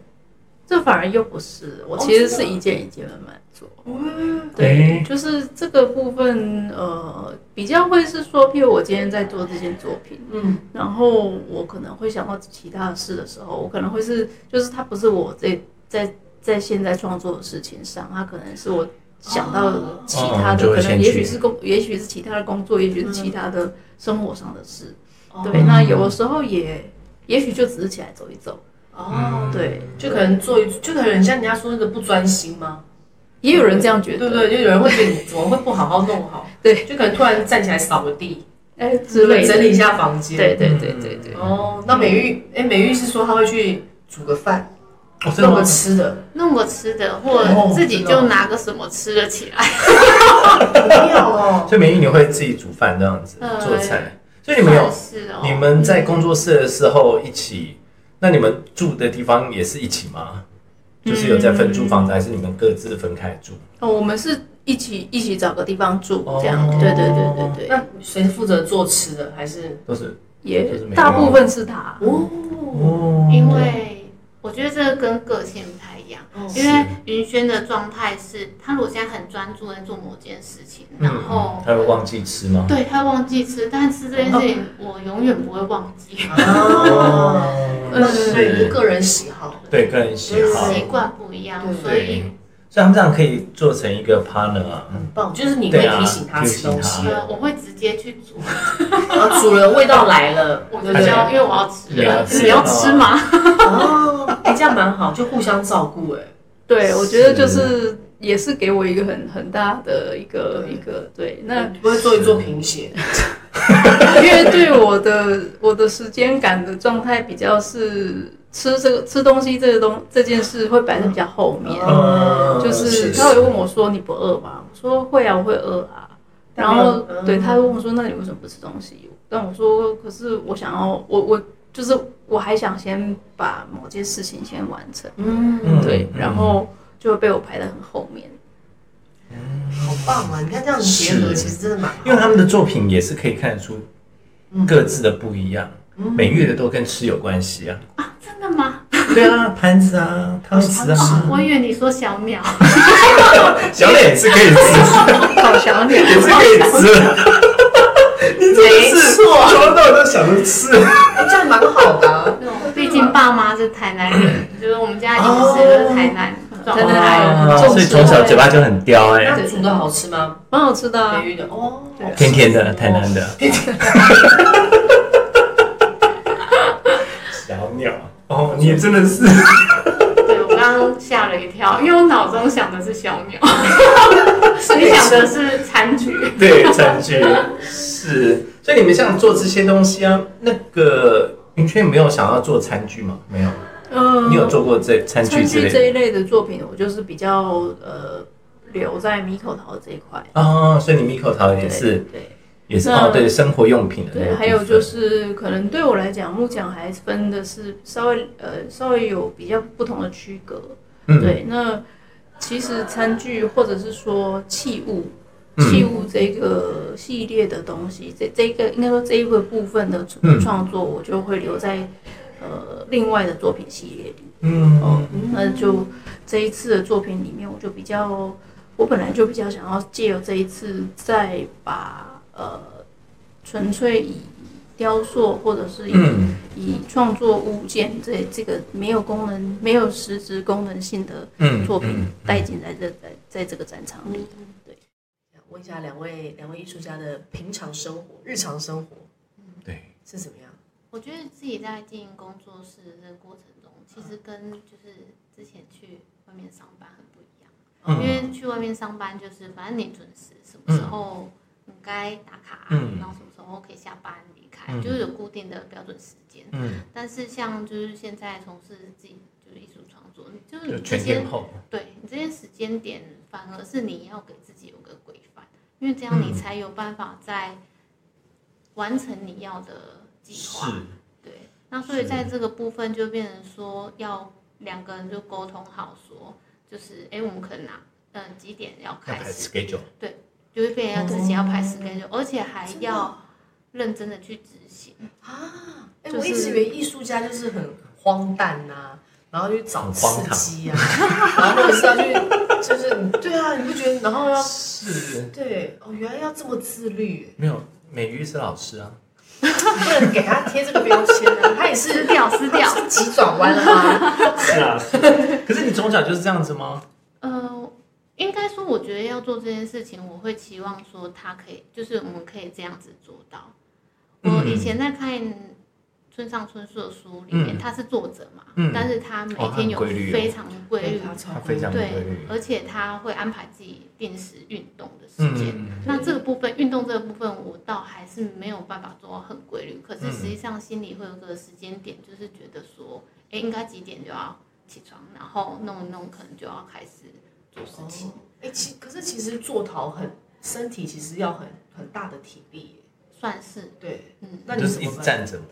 S4: 这反而又不是，我
S2: 哦
S4: 其实
S2: 真的
S4: 是一件一件慢慢做。
S2: 嗯，
S4: 对
S1: 诶，
S4: 就是这个部分，呃，比较会是说，譬如我今天在做这件作品，
S2: 嗯，
S4: 然后我可能会想到其他的事的时候，我可能会是，就是它不是我在在在现在创作的事情上，它可能是我想到
S2: 哦
S4: 其他
S1: 哦
S4: 的，
S1: 就会
S4: 可
S1: 先
S4: 能
S1: 去嗯
S4: 也许是工，也许是其他的工作，也许是其他的生活上的事。对，
S1: 哦
S4: 那有的时候也，也许就只是起来走一走，
S2: 哦，
S4: 对，
S2: 就可能做一，就可能像人家说那个不专心吗？
S4: 也有人这样觉
S2: 对
S4: 得，
S2: 不对？就有人会觉得你怎么会不好好弄好，
S4: 对，
S2: 就可能突然站起来扫个地，
S4: 哎之类的，
S2: 整理一下房间，
S4: 对，对对
S1: 嗯
S4: 对对。
S2: 哦，那美玉，哎，美玉是说她会去煮个饭，
S1: 哦真的
S2: 弄
S1: 吗
S2: 个吃的，
S3: 弄个吃的，或
S2: 哦
S3: 自己
S2: 真的哦
S3: 就拿个什么吃的起来。
S2: 不要哦，
S1: 所以美玉你会自己煮饭这样子
S3: 呃
S1: 做菜，所以你们有
S3: 算 是哦，
S1: 你们在工作室的时候一起，那你们住的地方也是一起吗？就是有在分租房子，还是你们各自分开住？
S4: 哦，我们是一起一起找个地方住
S1: 哦
S4: 这样，对对对对对，
S2: 那谁负责做吃的？还是
S1: 都是就是没
S4: 也
S1: 有
S4: 大部分是他，
S2: 哦，
S1: 哦
S3: 因为我觉得这个跟个性不太一样。
S2: 哦
S3: 因为云轩的状态是，他如果现在很专注在做某件事情，
S1: 嗯
S3: 然后
S1: 他会忘记吃吗？
S3: 对他忘记吃，但是这件事情我永远不会忘记，
S1: 嗯，
S2: 啊，那对你
S1: 是
S2: 是，个人喜好，
S1: 对个人喜好，
S3: 习惯不一样，
S2: 对
S3: 所以
S1: 所以他们这样可以做成一个 partner 啊。
S2: 很棒，就是你会
S1: 对啊
S2: 提醒他吃东西，啊
S1: 提
S3: 呃我会直接去煮，
S2: 然后主人味道来 了，
S3: 我
S2: 对
S3: 就
S2: 不
S1: 而
S3: 知
S1: 且
S3: 道，
S2: 对？
S3: 因为我要吃
S1: 你要
S3: 了，
S1: 吃
S3: 你要吃吗？
S2: 哦，哎，这样蛮好，就互相照顾，哎，
S4: 对我觉得就是也是给我一个很很大的一个
S2: 对
S4: 一个对，那
S2: 不会做一做贫血，
S4: 因为对我的我的时间感的状态比较是吃这个吃东西这个东这件事会摆在比较后面，
S1: 嗯
S4: 就是他会问我说你不饿吗？我说会啊，我会饿啊。然后
S2: 嗯
S4: 对他会问我说那你为什么不吃东西？但我说可是我想要我我就是我还想先把某件事情先完成，
S2: 嗯，
S4: 对，
S1: 嗯
S4: 然后就会被我排得很后面。
S2: 好棒啊！你看这样子结合，
S1: 是
S2: 其实真的蛮好，
S1: 因为他们的作品也是可以看得出各自的不一样，美玉的都跟吃有关系啊。
S3: 啊，真的吗？
S1: 对啊，盘子啊，汤匙啊，
S3: 哦，我以为你说小鸟，
S1: 小磊也是可以吃，
S4: 好想你，
S1: 也是可以吃。你真的
S2: 没
S1: 是
S2: 错
S1: 说到都想着吃。
S2: 哎，这样蛮好的啊，
S3: 毕竟爸妈是台南人，就是我们家饮食就是台南状
S4: 真的
S3: 态。
S4: 啊
S1: 所以从小嘴巴就很刁哎、
S2: 那煮的好吃吗？
S4: 蛮好吃的啊
S2: 培。育的哦，
S4: 对
S1: 甜甜的，台南的。鸟哦，你也真的是，
S3: 对我刚刚吓了一跳，因为我脑中想的是小鸟，你想的是餐具。
S1: 对，餐具是，所以你们像做这些东西啊，那个云雀没有想要做餐具吗？没有，
S4: 嗯，
S1: 你有做过这餐具
S4: 餐
S1: 之
S4: 具
S1: 类
S4: 这
S1: 的
S4: 一类的作品，我就是比较呃留在米口桃这一块。
S1: 哦，所以你 Miko 桃也
S4: 对
S1: 是
S4: 对
S1: 也是
S4: 那
S1: 哦，对，生活用品的那个
S4: 对，
S1: 部分
S4: 还有就是可能对我来讲，木匠还分的是稍微呃稍微有比较不同的区隔。
S1: 嗯
S4: 对，那其实餐具或者是说器物。
S1: 嗯
S4: 器物这个系列的东西，这这个应该说这一个部分的
S1: 嗯
S4: 创作，我就会留在呃另外的作品系列里。
S1: 嗯
S4: 那就这一次的作品里面，我就比较，我本来就比较想要借由这一次，再把呃，纯粹以雕塑或者是以、
S1: 嗯
S4: 以创作物件这这个没有功能、没有实质功能性的
S1: 嗯
S4: 作品
S1: 嗯
S4: 带进来这在在这个展场里。
S2: 问一下两位两位艺术家的平常生活、日常生活
S1: 对，
S2: 是怎么样？
S3: 我觉得自己在经营工作室的过程中，其实跟就是之前去外面上班很不一样，
S1: 嗯
S3: 因为去外面上班就是反正你准时，什么时候你该打卡，
S1: 嗯
S3: 然后什么时候可以下班离开，
S1: 嗯
S3: 就是有固定的标准时间。
S1: 嗯，
S3: 但是像就是现在从事自己就是艺术创作，你就是
S1: 就
S3: 你
S1: 嗯
S3: 这
S1: 全
S3: 些
S1: 天候，
S3: 对你这些时间点，反而是你要给自己有个规范，因为这样你
S1: 嗯
S3: 才有办法在完成你要的计划。
S1: 嗯
S3: 对，那所以
S1: 是
S3: 在这个部分就变成说，要两个人就沟通好说，就是哎、诶我们可能哪、呃几点要
S1: 要
S3: 开
S1: 排
S3: 始，
S1: schedule，
S3: 就会变成要自己要排 schedule，、而且还要认真的去执行。
S2: 啊，哎、
S4: 就是
S2: 我一直以为艺术家就是很荒诞呐、啊然后去找刺激啊， 然后或者是要去，就是对啊，你不觉得？然后要
S1: 是
S2: 对哦，原来要这么自律，
S1: 没有美瑜是老师啊，
S2: 不能给他贴这个标签啊，他也
S3: 撕
S2: 是
S3: 掉，撕掉。
S2: 急转弯了吗？
S1: 是啊， 可是你从小就是这样子吗？
S3: 呃，应该说，我觉得要做这件事情，我会期望说他可以，就是我们可以这样子做到。我
S1: 嗯
S3: 以前在看村上春树的书里
S1: 嗯
S3: 面，他是作者嘛，
S1: 嗯
S3: 但是他每
S1: 哦他很
S3: 天有
S1: 规律哦
S3: 非常规律，
S2: 他超
S1: 他非常规
S3: 对
S1: 律，，
S3: 而且他会安排自己定时运动的时间。
S1: 嗯，
S3: 那这个部分运动这个部分，我倒还是没有办法做到很规律。
S1: 嗯
S3: 可是实际上心里会有个时间点，就是觉得说，哎、应该几点就要起床，然后弄一弄，可能就要开始做事情。
S2: 哦，哎、其可是其实做陶很身体，其实要很很大的体力耶。
S3: 算是，
S2: 对，
S3: 嗯，
S2: 那
S1: 就
S2: 你
S1: 是
S2: 怎
S1: 一
S2: 么
S1: 直
S2: 办？
S1: 站着嘛，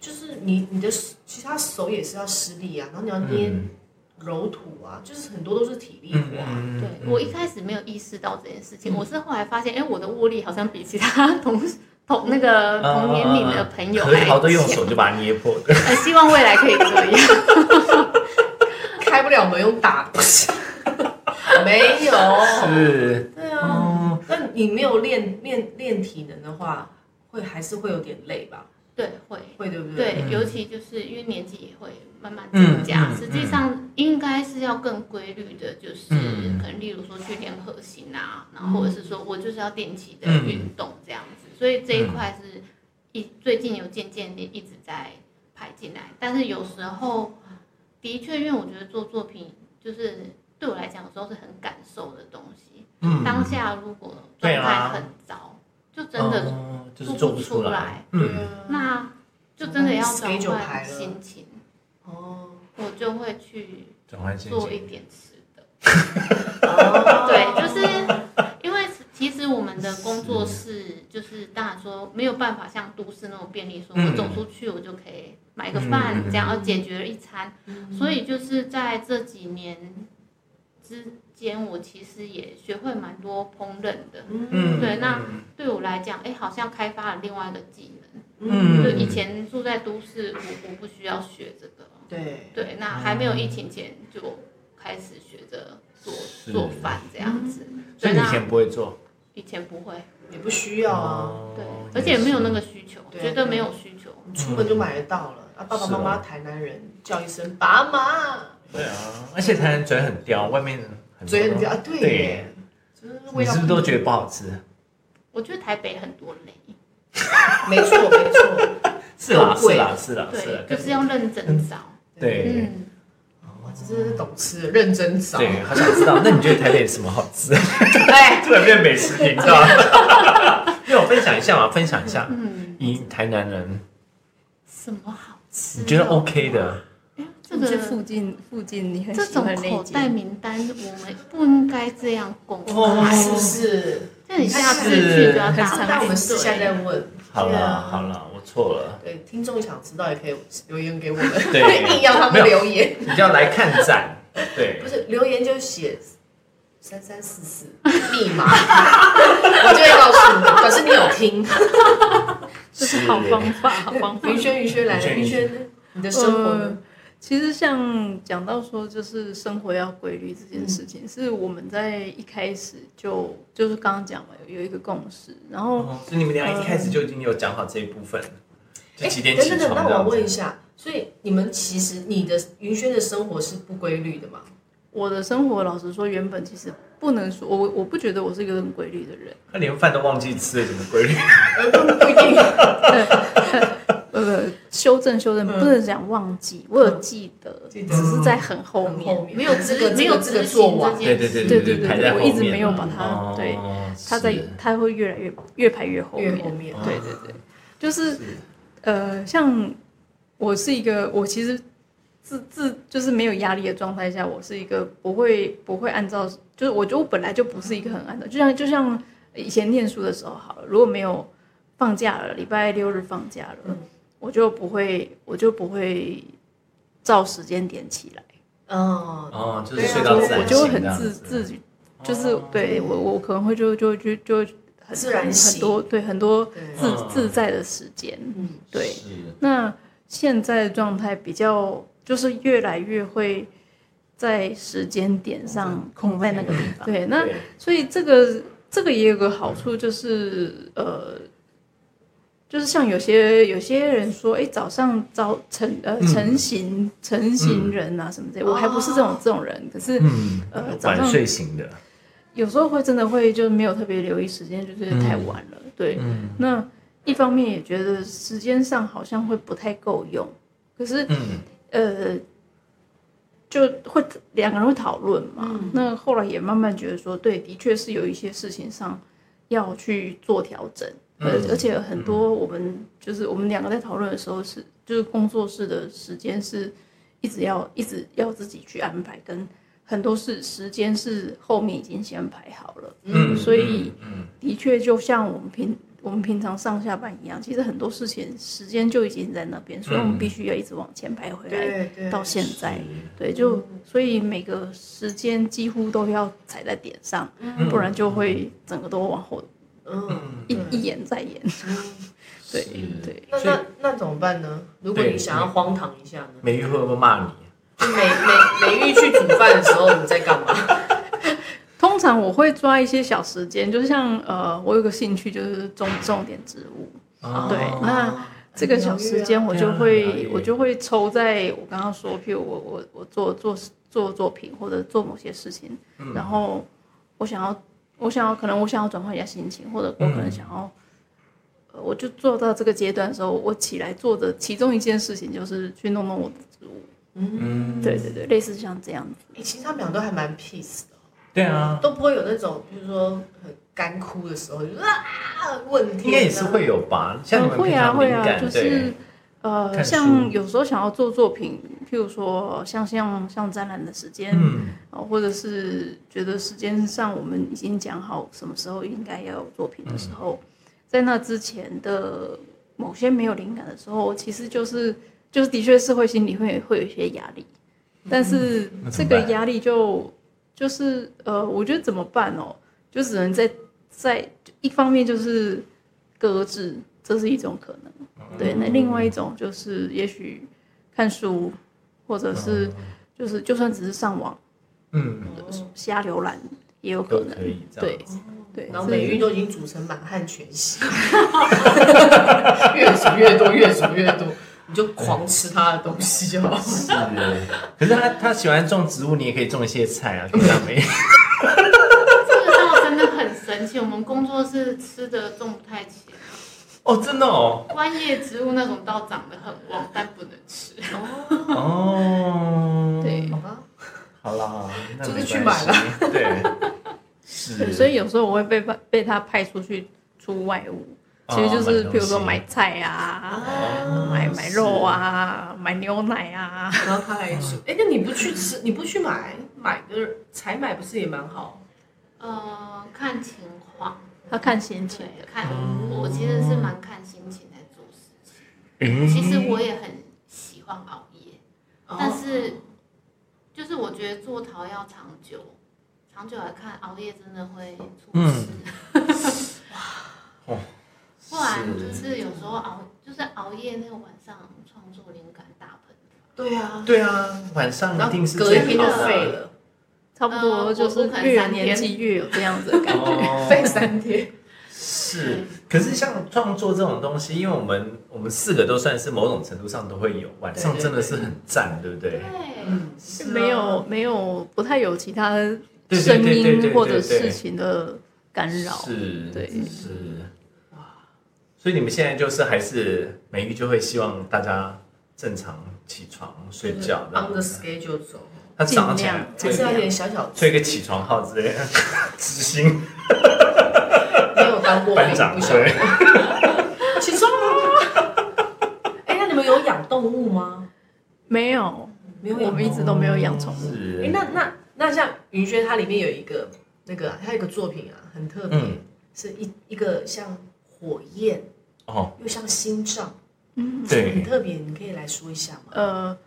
S2: 就是你你的其他手也是要施力啊，然后你要捏
S1: 嗯
S2: 揉土啊，就是很多都是体力
S1: 嗯
S2: 活啊。
S1: 嗯，
S3: 对
S1: 嗯
S3: 我一开始没有意识到这件事情，我是后来发现，哎、我的握力好像比其他同同那个
S1: 嗯
S3: 同年龄的朋友
S1: 核
S3: 还
S1: 桃都用
S3: 强
S1: 手就把它捏破，
S3: 呃，希望未来可以这样。
S2: 开不了门用打的， 没 有。
S1: 是哦
S2: 对啊，那你没有练练练体能的话，会还是会有点累吧？
S3: 对，会。
S2: 会对不对？
S3: 对，
S1: 嗯
S3: 尤其就是因为年纪也会慢慢
S1: 嗯
S3: 增加，
S1: 嗯
S3: 实际上应该是要更规律的，就是
S1: 嗯
S3: 可能例如说去练核心啊，然
S2: 嗯
S3: 后或者是说我就是要定期的
S1: 嗯
S3: 运动这样子，所以这一块是一最近有渐渐的一直在排进来，但是有时候的确，因为我觉得做作品就是对我来讲，有时候是很感受的东西，
S1: 嗯
S3: 当下如果状
S1: 对啊
S3: 态很糟，就真的
S1: 哦就是做不出来，
S2: 对
S1: 嗯，
S2: 啊。
S3: 那就真的要转
S2: schedule 排
S3: 换
S2: 了
S3: 心情，
S2: 哦
S3: 我就会去
S1: 转换心
S3: 做一
S1: 情，
S3: 点吃的。
S2: 哦
S3: 对，就是因为其实我们的工作室就是当然说没有办法像都市那种便利，说
S1: 嗯
S3: 我走出去我就可以买个饭，
S1: 嗯
S3: 这样而解决了一餐。所以就是在这几年之间，我其实也学会蛮多烹饪的。
S1: 嗯，
S3: 对那
S1: 嗯
S3: 对我来讲，哎，好像开发了另外一个技能。
S1: 嗯
S3: 就以前住在都市，我我不需要学这个。
S2: 对，
S3: 对，
S1: 嗯
S3: 那还没有疫情前就开始学着做
S1: 是嗯
S3: 做饭这样子，
S1: 所
S3: 对，
S1: 以你以
S3: 那
S1: 前不会做，
S3: 以前不会，
S2: 也不需要啊，
S1: 哦
S3: 对，而且没有那，
S1: 也
S3: 个需求，
S2: 对
S3: 觉得没有需求，
S2: 你出门就买得到了。啊，爸爸妈妈台南人叫一声爸妈，
S1: 是对啊，而且台南嘴很刁，外面很多
S2: 嘴很啊，对
S1: 对
S2: 耶，就是味
S1: 你
S2: 道
S1: 是不是都觉得不好吃？
S3: 我觉得台北很多雷，
S2: 没错没错，
S1: 是啦，
S2: 够
S1: 是
S2: 贵
S1: 啦，啊是啦，是啦
S3: 对，，就是要认真找，
S1: 对
S3: 嗯，
S2: 哇，这真的是懂吃，认真找。
S1: 对，好想知道。那你觉得台北有什么好吃？
S2: 对，
S1: 突然变美食频道，那我分享一下嘛，分享一下。嗯，以台南人，
S3: 什么好吃哦？
S1: 你觉得 OK 的？
S3: 哎呀？这
S4: 这个
S3: 个
S4: 附近附近你很
S3: 这
S4: 喜
S3: 种
S4: 欢那一
S3: 口
S4: 间
S3: 袋名单，我们不应该这样公
S1: 哦
S3: 开。
S2: 哇，是不是？
S3: 那你下次
S1: 是
S3: 去就要
S4: 很
S3: 打
S4: 常
S2: 那我们私下再问。
S1: 好
S2: 对
S1: 了
S2: 啊
S1: 好了，我错了。
S2: 对，听众想知道也可以留言给我们，
S1: 对
S2: 硬要他们留言，
S1: 你要来看 展，对
S2: 不，是留言就写三三四四密码， 我就会告诉你。可是你有听，
S4: 这是好方法，好方法。
S2: 云轩云轩来了，云
S1: 云轩呃
S2: 轩呢，你的生活呢？
S4: 嗯其实像讲到说，就是生活要规律这件事情，
S2: 嗯
S4: 是我们在一开始就就是刚刚讲嘛，有有一个共识。然后
S1: 哦所以你们俩一开始就已经有讲好这一部分，就
S2: 哎，
S1: 几
S4: 嗯
S2: 等
S1: 点起
S2: 等
S1: 床
S2: 等，
S1: 这
S2: 那我
S1: 样
S2: 问一
S1: 子。
S2: 下，所以你们其实你的云轩的生活是不规律的嘛？
S4: 我的生活，老实说，原本其实不能说，我我不觉得我是一个很规律的人。
S1: 那连饭都忘记吃了，怎么规律？
S2: 呃，不不一定，
S4: 呃，修正修正，
S2: 嗯
S4: 不能讲忘记，我有记得，
S2: 记得
S4: 只是在很后
S2: 很后
S4: 面。
S2: 面
S3: 没有
S2: 这
S3: 执
S2: 个
S3: 没有
S2: 这个
S3: 执
S2: 做
S3: 行
S2: 完
S3: 这件
S1: 对
S3: 事
S1: 对
S4: 对对
S1: 排
S4: 对
S1: 在，后
S4: 我
S1: 面
S4: 一直没有把它
S1: 哦
S4: 对，
S1: 是
S4: 它在它会越来越越排越后
S2: 越
S4: 面
S2: 后。面
S4: 对对对，就是
S1: 是
S4: 呃，像我是一个，我其实自自就是没有压力的状态下，我是一个不会不会按照，就是我觉得我本来就不是一个很按照，就像就像以前念书的时候好了，如果没有放假了，礼拜六日放假了，
S2: 嗯
S4: 我就不会我就不会照时间点起来，
S2: 哦，
S1: 哦，就是
S2: 对啊
S1: 睡到
S2: 就
S1: 自
S4: 我
S1: 然
S4: 我就会
S1: 醒
S4: 很
S1: 这样
S4: 自
S1: 子，
S4: 自己就是、
S1: 哦
S4: 对我我可能会就就就就很
S2: 自然醒
S4: 很多对很多
S2: 对，
S4: 自、
S1: 嗯
S4: 自在的时间，
S2: 嗯。
S4: 对。
S1: 是
S4: 那现在的状态比较就是越来越会在时间点上控在那个地方。对，那
S1: 对
S4: 所以这个这个也有个好处，就是呃，就是像有些有些人说，哎，早上早晨呃
S1: 嗯
S4: 成型成型人啊什么之类，我还不是这种这种人，可是
S1: 嗯
S4: 呃早
S1: 晚
S4: 上
S1: 睡醒的，
S4: 有时候会真的会就是没有特别留意时间，就是太晚了。对，
S1: 嗯
S4: 那一方面也觉得时间上好像会不太够用，可是
S1: 嗯，
S4: 呃，就会两个人会讨论嘛。那后来也慢慢觉得说，对，的确是有一些事情上要去做调整，而、
S1: 嗯
S4: 而且很多我们就是我们两个在讨论的时候是，就是工作室的时间是一直要一直要自己去安排，跟很多事时间是后面已经先排好了。
S1: 嗯，
S4: 所以
S1: 嗯
S4: 的确，就像我们平我们平常上下班一样，其实很多事情时间就已经在那边，所以我们必须要一直往前排回来。
S2: 嗯对对，
S4: 到现在，
S1: 嗯
S4: 对，就所以每个时间几乎都要踩在点上，不然就会整个都往后
S2: 嗯，
S4: 一
S2: 对
S4: 一延再延。对对，
S2: 那
S1: 所以
S2: 那那怎么办呢？如果你想要荒唐一下呢？
S1: 美玉会不会骂你？
S2: 就美美美玉去煮饭的时候，你在干嘛？
S4: 通常我会抓一些小时间，就是像呃，我有个兴趣就是种种点植物，
S1: 哦
S4: 对，那这个小时间我就
S1: 很疗愈
S4: 会
S1: 啊
S4: 我就会抽在我刚刚说，譬如我我我做做做作品或者做某些事情，
S1: 嗯
S4: 然后我想要我想要可能我想要转换一下心情，或者我可能想要，呃我就做到这个阶段的时候，我起来做的其中一件事情就是去弄弄我的植物，
S1: 嗯，
S4: 对对对，类似像这样子，
S2: 欸其实他们俩都还蛮 peace 的，
S1: 对啊，
S2: 都不会有那种，比如说很干枯的时候，就是啊问题。
S1: 应该也是会有吧？像你
S4: 呃
S1: 们
S4: 会
S1: 平
S4: 啊
S1: 常
S4: 会
S1: 敏
S4: 啊，
S1: 感，
S4: 就是
S1: 对，。
S4: 呃，
S1: 看书
S4: 像有时候想要做作品，譬如说像像像展览的时间，
S1: 嗯
S4: 哦，或者是觉得时间上我们已经讲好什么时候应该要有作品的时候，在那之前的某些没有灵感的时候，其实就是就是的确是会心里会会有一些压力，但是
S1: 嗯那
S4: 这
S1: 怎么
S4: 个
S1: 办
S4: 压力就就是呃，我觉得怎么办哦，就只能在在一方面就是搁置，这是一种可
S1: 嗯
S4: 能，对，那另外一种就是也许看书，或者是就是就算只是上网。
S1: 嗯，
S4: 瞎浏览也有可
S1: 都
S4: 能。
S1: 可以这
S4: 对
S1: 样。
S4: 对，
S2: 然后
S4: 所以
S2: 美玉都已经煮成满汉全席， 越煮越多，越煮越多，你就狂吃他的东西就好。
S1: 是，可是他他喜欢种植物，你也可以种一些菜 啊，可以让美
S3: 这个让我真的很生气。我们工作室吃的种不太起来，
S1: 哦，真的哦，
S3: 观叶植物那种刀长得很旺，但不能吃。
S1: 哦，
S3: 对，
S2: 好吧，
S1: 好啦，那
S2: 就是
S1: 没
S2: 去
S1: 关
S2: 买
S1: 系， 对，是，
S4: 所以有时候我会被派被他派出去出外务，其实就是
S1: 哦
S4: 比如说买，菜啊，
S2: 啊
S4: 买买肉啊，买牛奶啊，
S2: 然后他来煮。哎、那你不去吃，你不去买，买个采买不是也蛮好？
S3: 呃，看情况，
S4: 他看心情
S3: 对，
S4: 的。
S3: 看我其实是蛮看心情在做事情。
S1: 东西
S3: 其实我也很喜欢熬夜，
S2: 哦
S3: 但是就是我觉得做陶要长久，长久来看熬夜真的会出事。
S1: 嗯
S3: 不然就是有时候熬，就是熬夜那个晚上创作灵感大喷发。
S2: 对啊，
S1: 对啊，晚上
S2: 然
S1: 一
S2: 后
S1: 定是
S2: 隔一
S1: 最
S2: 天就
S1: 好的
S2: 废了，
S4: 差不多就是越有年纪越有这样子的感 觉。
S1: 哦
S2: 废三天。
S1: 是，可是像创作这种东西，因为我们我们四个都算是某种程度上都会有，晚上真的是很赞，对不对？
S3: 对，
S2: 嗯，
S1: 是啊
S4: 没有没有不太有其他
S1: 对
S4: 声
S1: 对对对对
S4: 音或者
S1: 对对
S4: 事情的干扰。
S1: 是，
S4: 对
S1: 是。所以你们现在就是还是美玉就会希望大家正常起床睡觉，
S2: on the
S1: 的。
S2: schedule 走，
S1: 他早上起来
S4: 尽量
S2: 还
S1: 吹
S2: 是要有点小小
S1: 吹个起床号之类的， 执行
S2: 没有当过兵
S1: 班长
S2: 不晓得
S1: 对。
S2: 起床 啊！哎、那你们有养动物吗？
S4: 没有，
S2: 没有养
S4: 我们一直都没有养宠物。
S1: 是
S2: 哎、那那那像云轩，它里面有一个那个啊，它有一个作品啊，很特别，
S1: 嗯
S2: 是一一个像火焰
S1: 哦，
S2: 又像心脏，很
S1: 对，
S2: 特别，你可以来说一下吗？
S4: 呃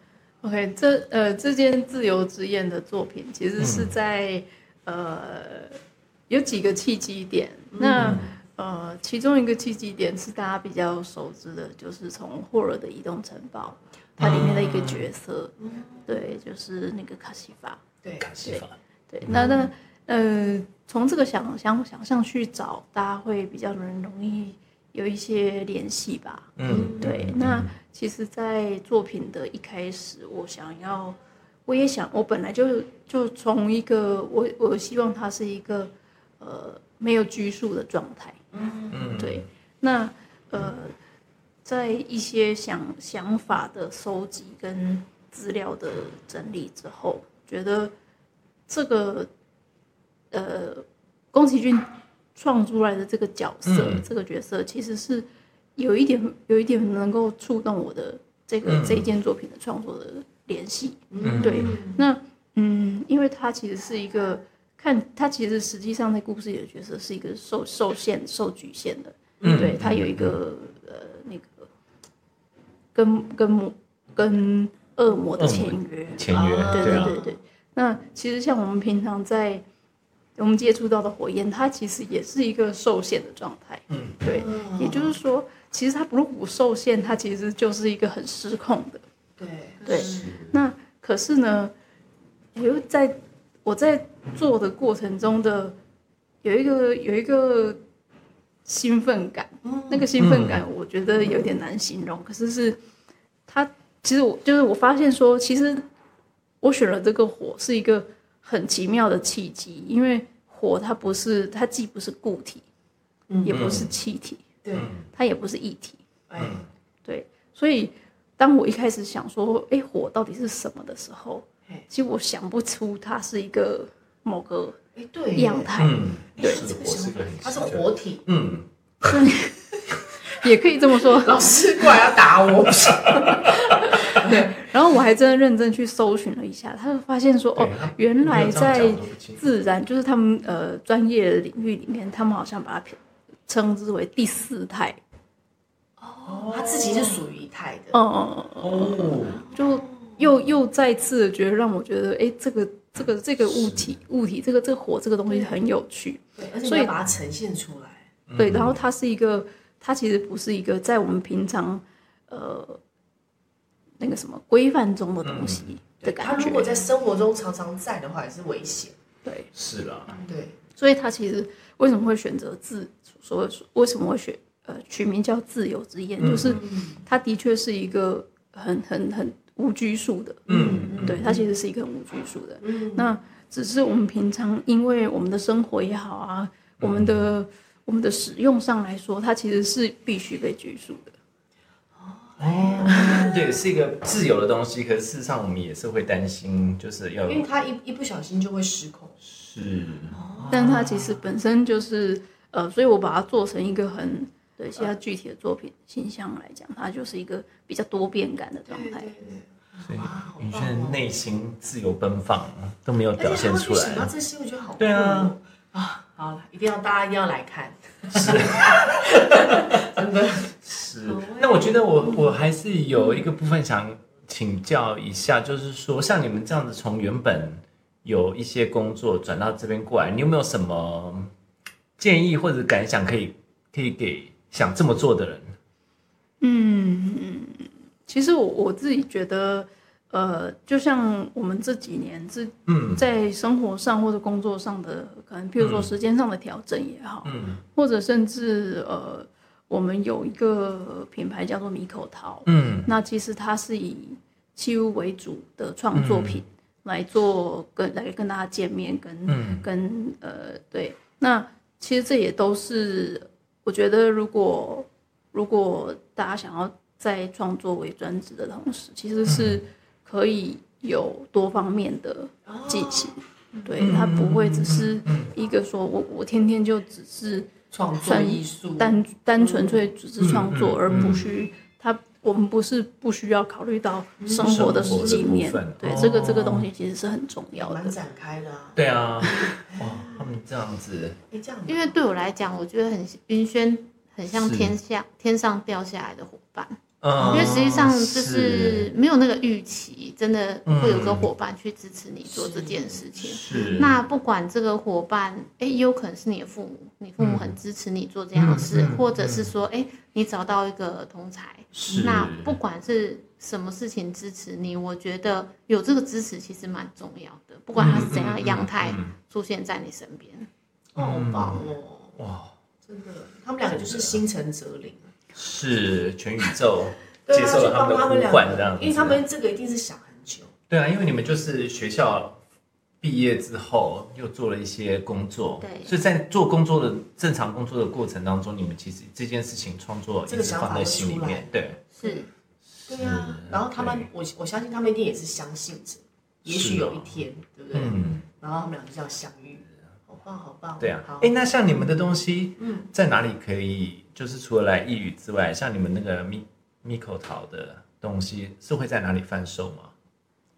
S4: ，OK，这呃这件自由之焰的作品其实是
S1: 嗯
S4: 在、呃有几个契机点。那、呃其中一个契机点是大家比较熟知的，就是从霍尔的移动城堡，它里面的一个角色，对，就是那个卡西法。
S2: 对，
S1: 卡西法，
S4: 对，那那呃，从这个想想想象去找，大家会比较容容易有一些联系吧。
S1: 嗯，
S4: 对
S1: 嗯，
S4: 那其实，在作品的一开始，我想要，我也想，我本来就就从一个我我希望它是一个呃没有拘束的状态。
S1: 嗯，
S4: 对，那呃，在一些想想法的收集跟资料的整理之后，觉得这个呃，宫崎骏创出来的这个角色，
S1: 嗯
S4: 这个角色其实是有一点有一点能够触动我的这个、这一件作品的创作的联系。
S1: 嗯
S4: 对，那嗯，因为他其实是一个看他其实实际上在故事里的角色是一个受受限、受局限的，
S1: 嗯
S4: 对他有一个呃那个跟跟魔跟恶魔的
S1: 恶魔
S4: 签约，
S1: 签约，
S2: 啊
S4: 对
S1: 对
S4: 对
S1: 啊，
S4: 对对。那其实像我们平常在我们接触到的火焰，它其实也是一个受限的状态。嗯，对，也就是说，其实它如果不受限，它其实就是一个很失控的。
S2: 对，
S4: 对，那可是呢，我又在我在做的过程中的有一个有一个兴奋感，
S2: 嗯
S4: 那个兴奋感我觉得有点难形容，可是是它其实我就是我发现说，其实我选了这个火是一个很奇妙的契机，因为火它不是它既不是固体，也不是气体，
S2: 嗯对，
S4: 它也不是液体，
S2: 哎、
S4: 所以，当我一开始想说，哎、火到底是什么的时候
S2: 嘿，
S4: 其实我想不出它是一个某个
S2: 哎、对耶，
S4: 样态，
S1: 嗯，
S4: 对
S1: 是
S2: 这
S1: 我
S2: 个想
S1: 是
S2: 法
S1: 个很，
S2: 它是活体，
S1: 嗯，
S4: 也可以这么说。
S2: 老师过来要打 我，
S4: 然后我还真的认真去搜寻了一下，他就发现说，哦
S1: 对它，
S4: 原
S1: 没
S4: 来
S1: 有这样
S4: 在
S1: 讲都不清楚
S4: 自然，就是他们呃专业领域里面，他们好像把它称之为第四态。
S2: 它自己是属于一态的，
S4: 嗯嗯嗯嗯，
S1: 哦，
S4: 就又又再次地觉得让我觉得，哎、这个这个这个物体物体，这个这个火这个东西很有趣。
S2: 对，而且
S4: 所
S2: 你
S4: 以
S2: 要把它呈现出来，
S4: 对，然后它是一个，它其实不是一个在我们平常呃那个什么规范中的东西的
S2: 它
S4: 感觉
S2: 如，果在生活中常常在的话，也是危险，
S4: 对，
S1: 是啦，
S2: 对，
S4: 所以它其实为什么会选择自，所谓为什么会选呃取名叫自由之焰，就是
S1: 嗯
S4: 它的确是一个很很很无拘束的，
S1: 嗯，
S4: 对，它其实是一个很无拘束的。
S2: 嗯
S1: 嗯
S4: 那只是我们平常因为我们的生活也好啊，我们的、我们的使用上来说，它其实是必须被拘束的。
S1: 哦， 对，是一个自由的东西，可是事实上我们也是会担心，就是要
S2: 因为它一一不小心就会失控。
S1: 是哦
S4: 但它其实本身就是呃，所以我把它做成一个很对现在具体的作品形象来讲，它就是一个比较多变感的状态。
S1: 所以女生的呃啊内心自由奔放都没有表
S2: 哦而且
S1: 现
S2: 他会
S1: 出
S2: 去想到
S1: 来，
S2: 这些，我觉得好酷
S1: 对啊
S2: 哦啊，好了，一定要大家一定要来看，真的
S1: 是。那我觉得我我还是有一个部分想请教一下，就是说像你们这样子从原本有一些工作转到这边过来，你有没有什么建议或者感想可以可以给想这么做的人？
S4: 其实我我自己觉得，呃，就像我们这几年这
S1: 嗯
S4: 在生活上或者工作上的，可能譬如说
S1: 嗯
S4: 时间上的调整也好，
S1: 嗯
S4: 或者甚至呃，我们有一个品牌叫做米口桃，
S1: 嗯
S4: 那其实它是以器物为主的创
S1: 嗯
S4: 作品来做跟来跟大家见面，跟、
S1: 嗯
S4: 跟呃对，那其实这也都是我觉得如果如果大家想要在创作为专职的同时，其实
S1: 嗯
S4: 是可以有多方面的进行，对，它不会只是一个说我我天天就只是。
S2: 创作艺术，
S4: 单单纯粹只是创
S1: 嗯
S4: 作，
S1: 嗯
S4: 而不需它我们不是不需要考虑到生活的实际面
S1: 生活的部分。
S4: 对
S1: 哦，
S4: 这个这个东西其实是很重要的
S2: 蛮。展开的啊。
S1: 对啊，哇，他们这样子，
S2: 哎，这样
S3: 因为对我来讲，我觉得很云轩很像
S1: 是
S3: 天下天上掉下来的伙伴，
S1: 嗯，
S3: 因为实际上就是没有那个预期，真的会有个伙伴去支持你做这件事情。
S1: 嗯是
S3: 那不管这个伙伴，哎、也有可能是你的父母，你父母很支持你做这样的
S1: 嗯
S3: 事，
S1: 嗯嗯嗯
S3: 或者是说，哎、你找到一个同才，
S1: 是
S3: 那不管是什么事情支持你，我觉得有这个支持其实蛮重要的，不管他是怎样的样态
S1: 嗯嗯嗯
S3: 出现在你身边。
S2: 哦好棒哦，
S1: 嗯哇，啊
S2: 真的，他们两个就是心诚则灵。
S1: 是全宇宙
S2: 对
S1: 接
S2: 啊，
S1: 受
S2: 就
S1: 了
S2: 帮
S1: 他
S2: 他
S1: 们
S2: 们
S1: 的
S2: 两
S1: 呼唤，这样
S2: 个
S1: 子，，啊
S2: 因为他们这个一定是想很久。
S1: 对啊，因为你们就是学校毕业之后又做了一些工作，
S3: 对
S1: 所以在做工作的正常工作的过程当中，你们其实这件事情创作一直放在心里
S2: 这个想法会
S1: 面，对，
S3: 是，
S2: 对啊，然后他们，我我相信他们一定也是相信着，也许有一天，对不对？
S1: 啊嗯，
S2: 然后他们俩就这样相遇，好棒，好棒。
S1: 对啊
S2: 好，，
S1: 哎，那像你们的东西，
S2: 嗯
S1: 在哪里可以？就是除了来一语之外，像你们那个米米口桃的东西，是会在哪里贩售吗？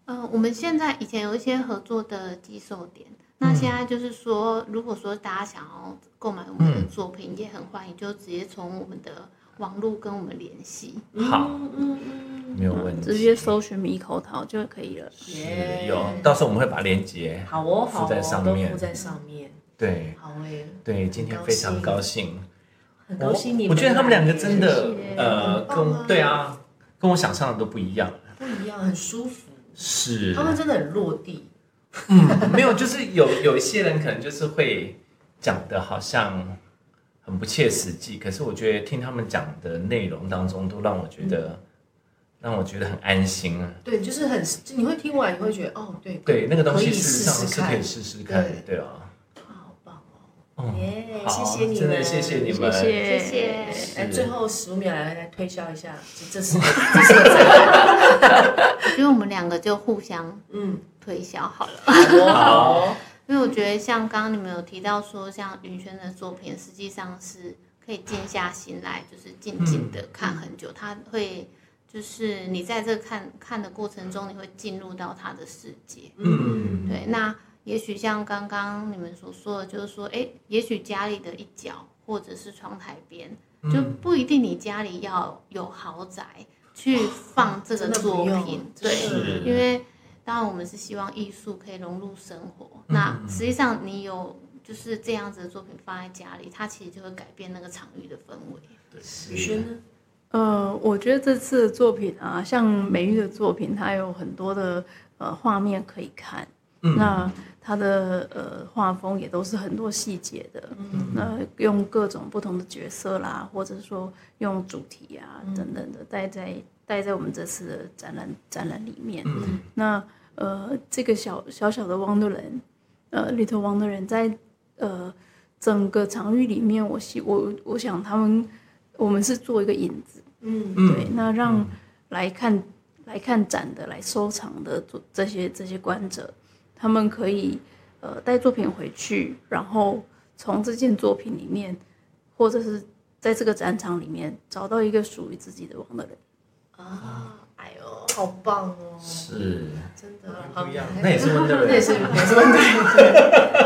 S3: 呃，我们现在以前有一些合作的寄售点，那现
S1: 嗯
S3: 在就是说，如果说大家想要购买我们的
S1: 嗯
S3: 作品，也很欢迎，就直接从我们的网络跟我们联系。
S1: 好
S2: 嗯嗯
S1: 没有问题，
S4: 直接搜寻米口桃就可以了。
S1: 是有，到时候我们会把链接
S2: 嗯，。好哦，好
S1: 附
S2: 哦，
S1: 在上面
S2: 都附在上面，
S1: 对
S2: 好哎，
S1: 对，今天
S2: 高
S1: 非常
S2: 兴
S1: 高兴，
S2: 很高兴你
S1: 哦我。我觉得他们两个真的
S4: 谢谢
S1: 呃，
S2: 很棒啊
S1: 跟对啊，跟我想象的都不一样。
S2: 不一样，很舒服，
S1: 是
S2: 他们真的很落地，
S1: 嗯，没有，就是有有一些人可能就是会讲的好像很不切实际，可是我觉得听他们讲的内容当中，都让我觉得、
S2: 嗯
S1: 让我觉得很安心啊。
S2: 对，就是很，就你会听完你会觉得哦，对，
S1: 对，那个东西
S2: 可以
S1: 事实上是可以试试看的，
S2: 试试看
S1: 对啊。
S2: 好棒哦，
S1: 嗯，
S2: 耶，
S1: 好
S2: 谢谢你
S1: 真的
S2: 们，
S1: 谢谢你
S4: 谢
S1: 们，
S4: 谢，
S3: 谢谢。
S2: 哎，
S1: 是
S2: 最后十五秒来来推销一下，这这是
S3: 我觉得我们两个就互相
S2: 嗯，
S3: 推销好了。
S2: 好哦，好哦，
S3: 因为我觉得像刚刚你们有提到说，像云轩的作品，实际上是可以静下心来，就是静静
S1: 嗯
S3: 的看很久，他会就是你在这看看的过程中，你会进入到他的世界。
S1: 嗯，
S3: 对，那也许像刚刚你们所说的，就是说，哎，也许家里的一角，或者是窗台边，就不一定你家里要有豪宅去放这个
S2: 真的不
S3: 作
S2: 用
S3: 品，
S2: 真
S3: 对，
S1: 是
S2: 的
S3: 因为当然我们是希望艺术可以融入生活。那实际上你有就是这样子的作品放在家里，它其实就会改变那个场域的氛围。
S2: 宇轩呢？
S4: 呃，我觉得这次的作品啊，像美玉的作品，它有很多的呃画面可以看。那它的呃画风也都是很多细节的，那用各种不同的角色啦，或者说用主题啊等等的带在带在我们这次的展览展览里面。那呃，这个小小小的 Wonderland，呃，Little Wonderland 在呃整个场域里面，我希我我想他们我们是做一个引子，
S2: 嗯
S4: 对，那让来看来看展的、来收藏的这这些这些观者，他们可以呃带作品回去，然后从这件作品里面，或者是在这个展场里面找到一个属于自己的王的人。
S2: 啊，哎呦，好棒哦，
S1: 是
S2: 真的好
S1: 不一样，那也是温 的
S2: 那也
S1: 人，
S2: 是也是温暖。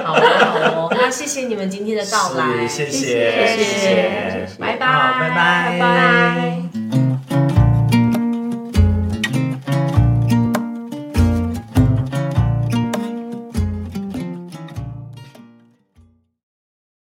S2: 好哦，好哦，那谢谢你们今天的到来，
S1: 是谢
S4: 谢
S1: 谢
S4: 谢谢谢
S2: 拜拜，
S1: 好拜拜
S2: 拜拜。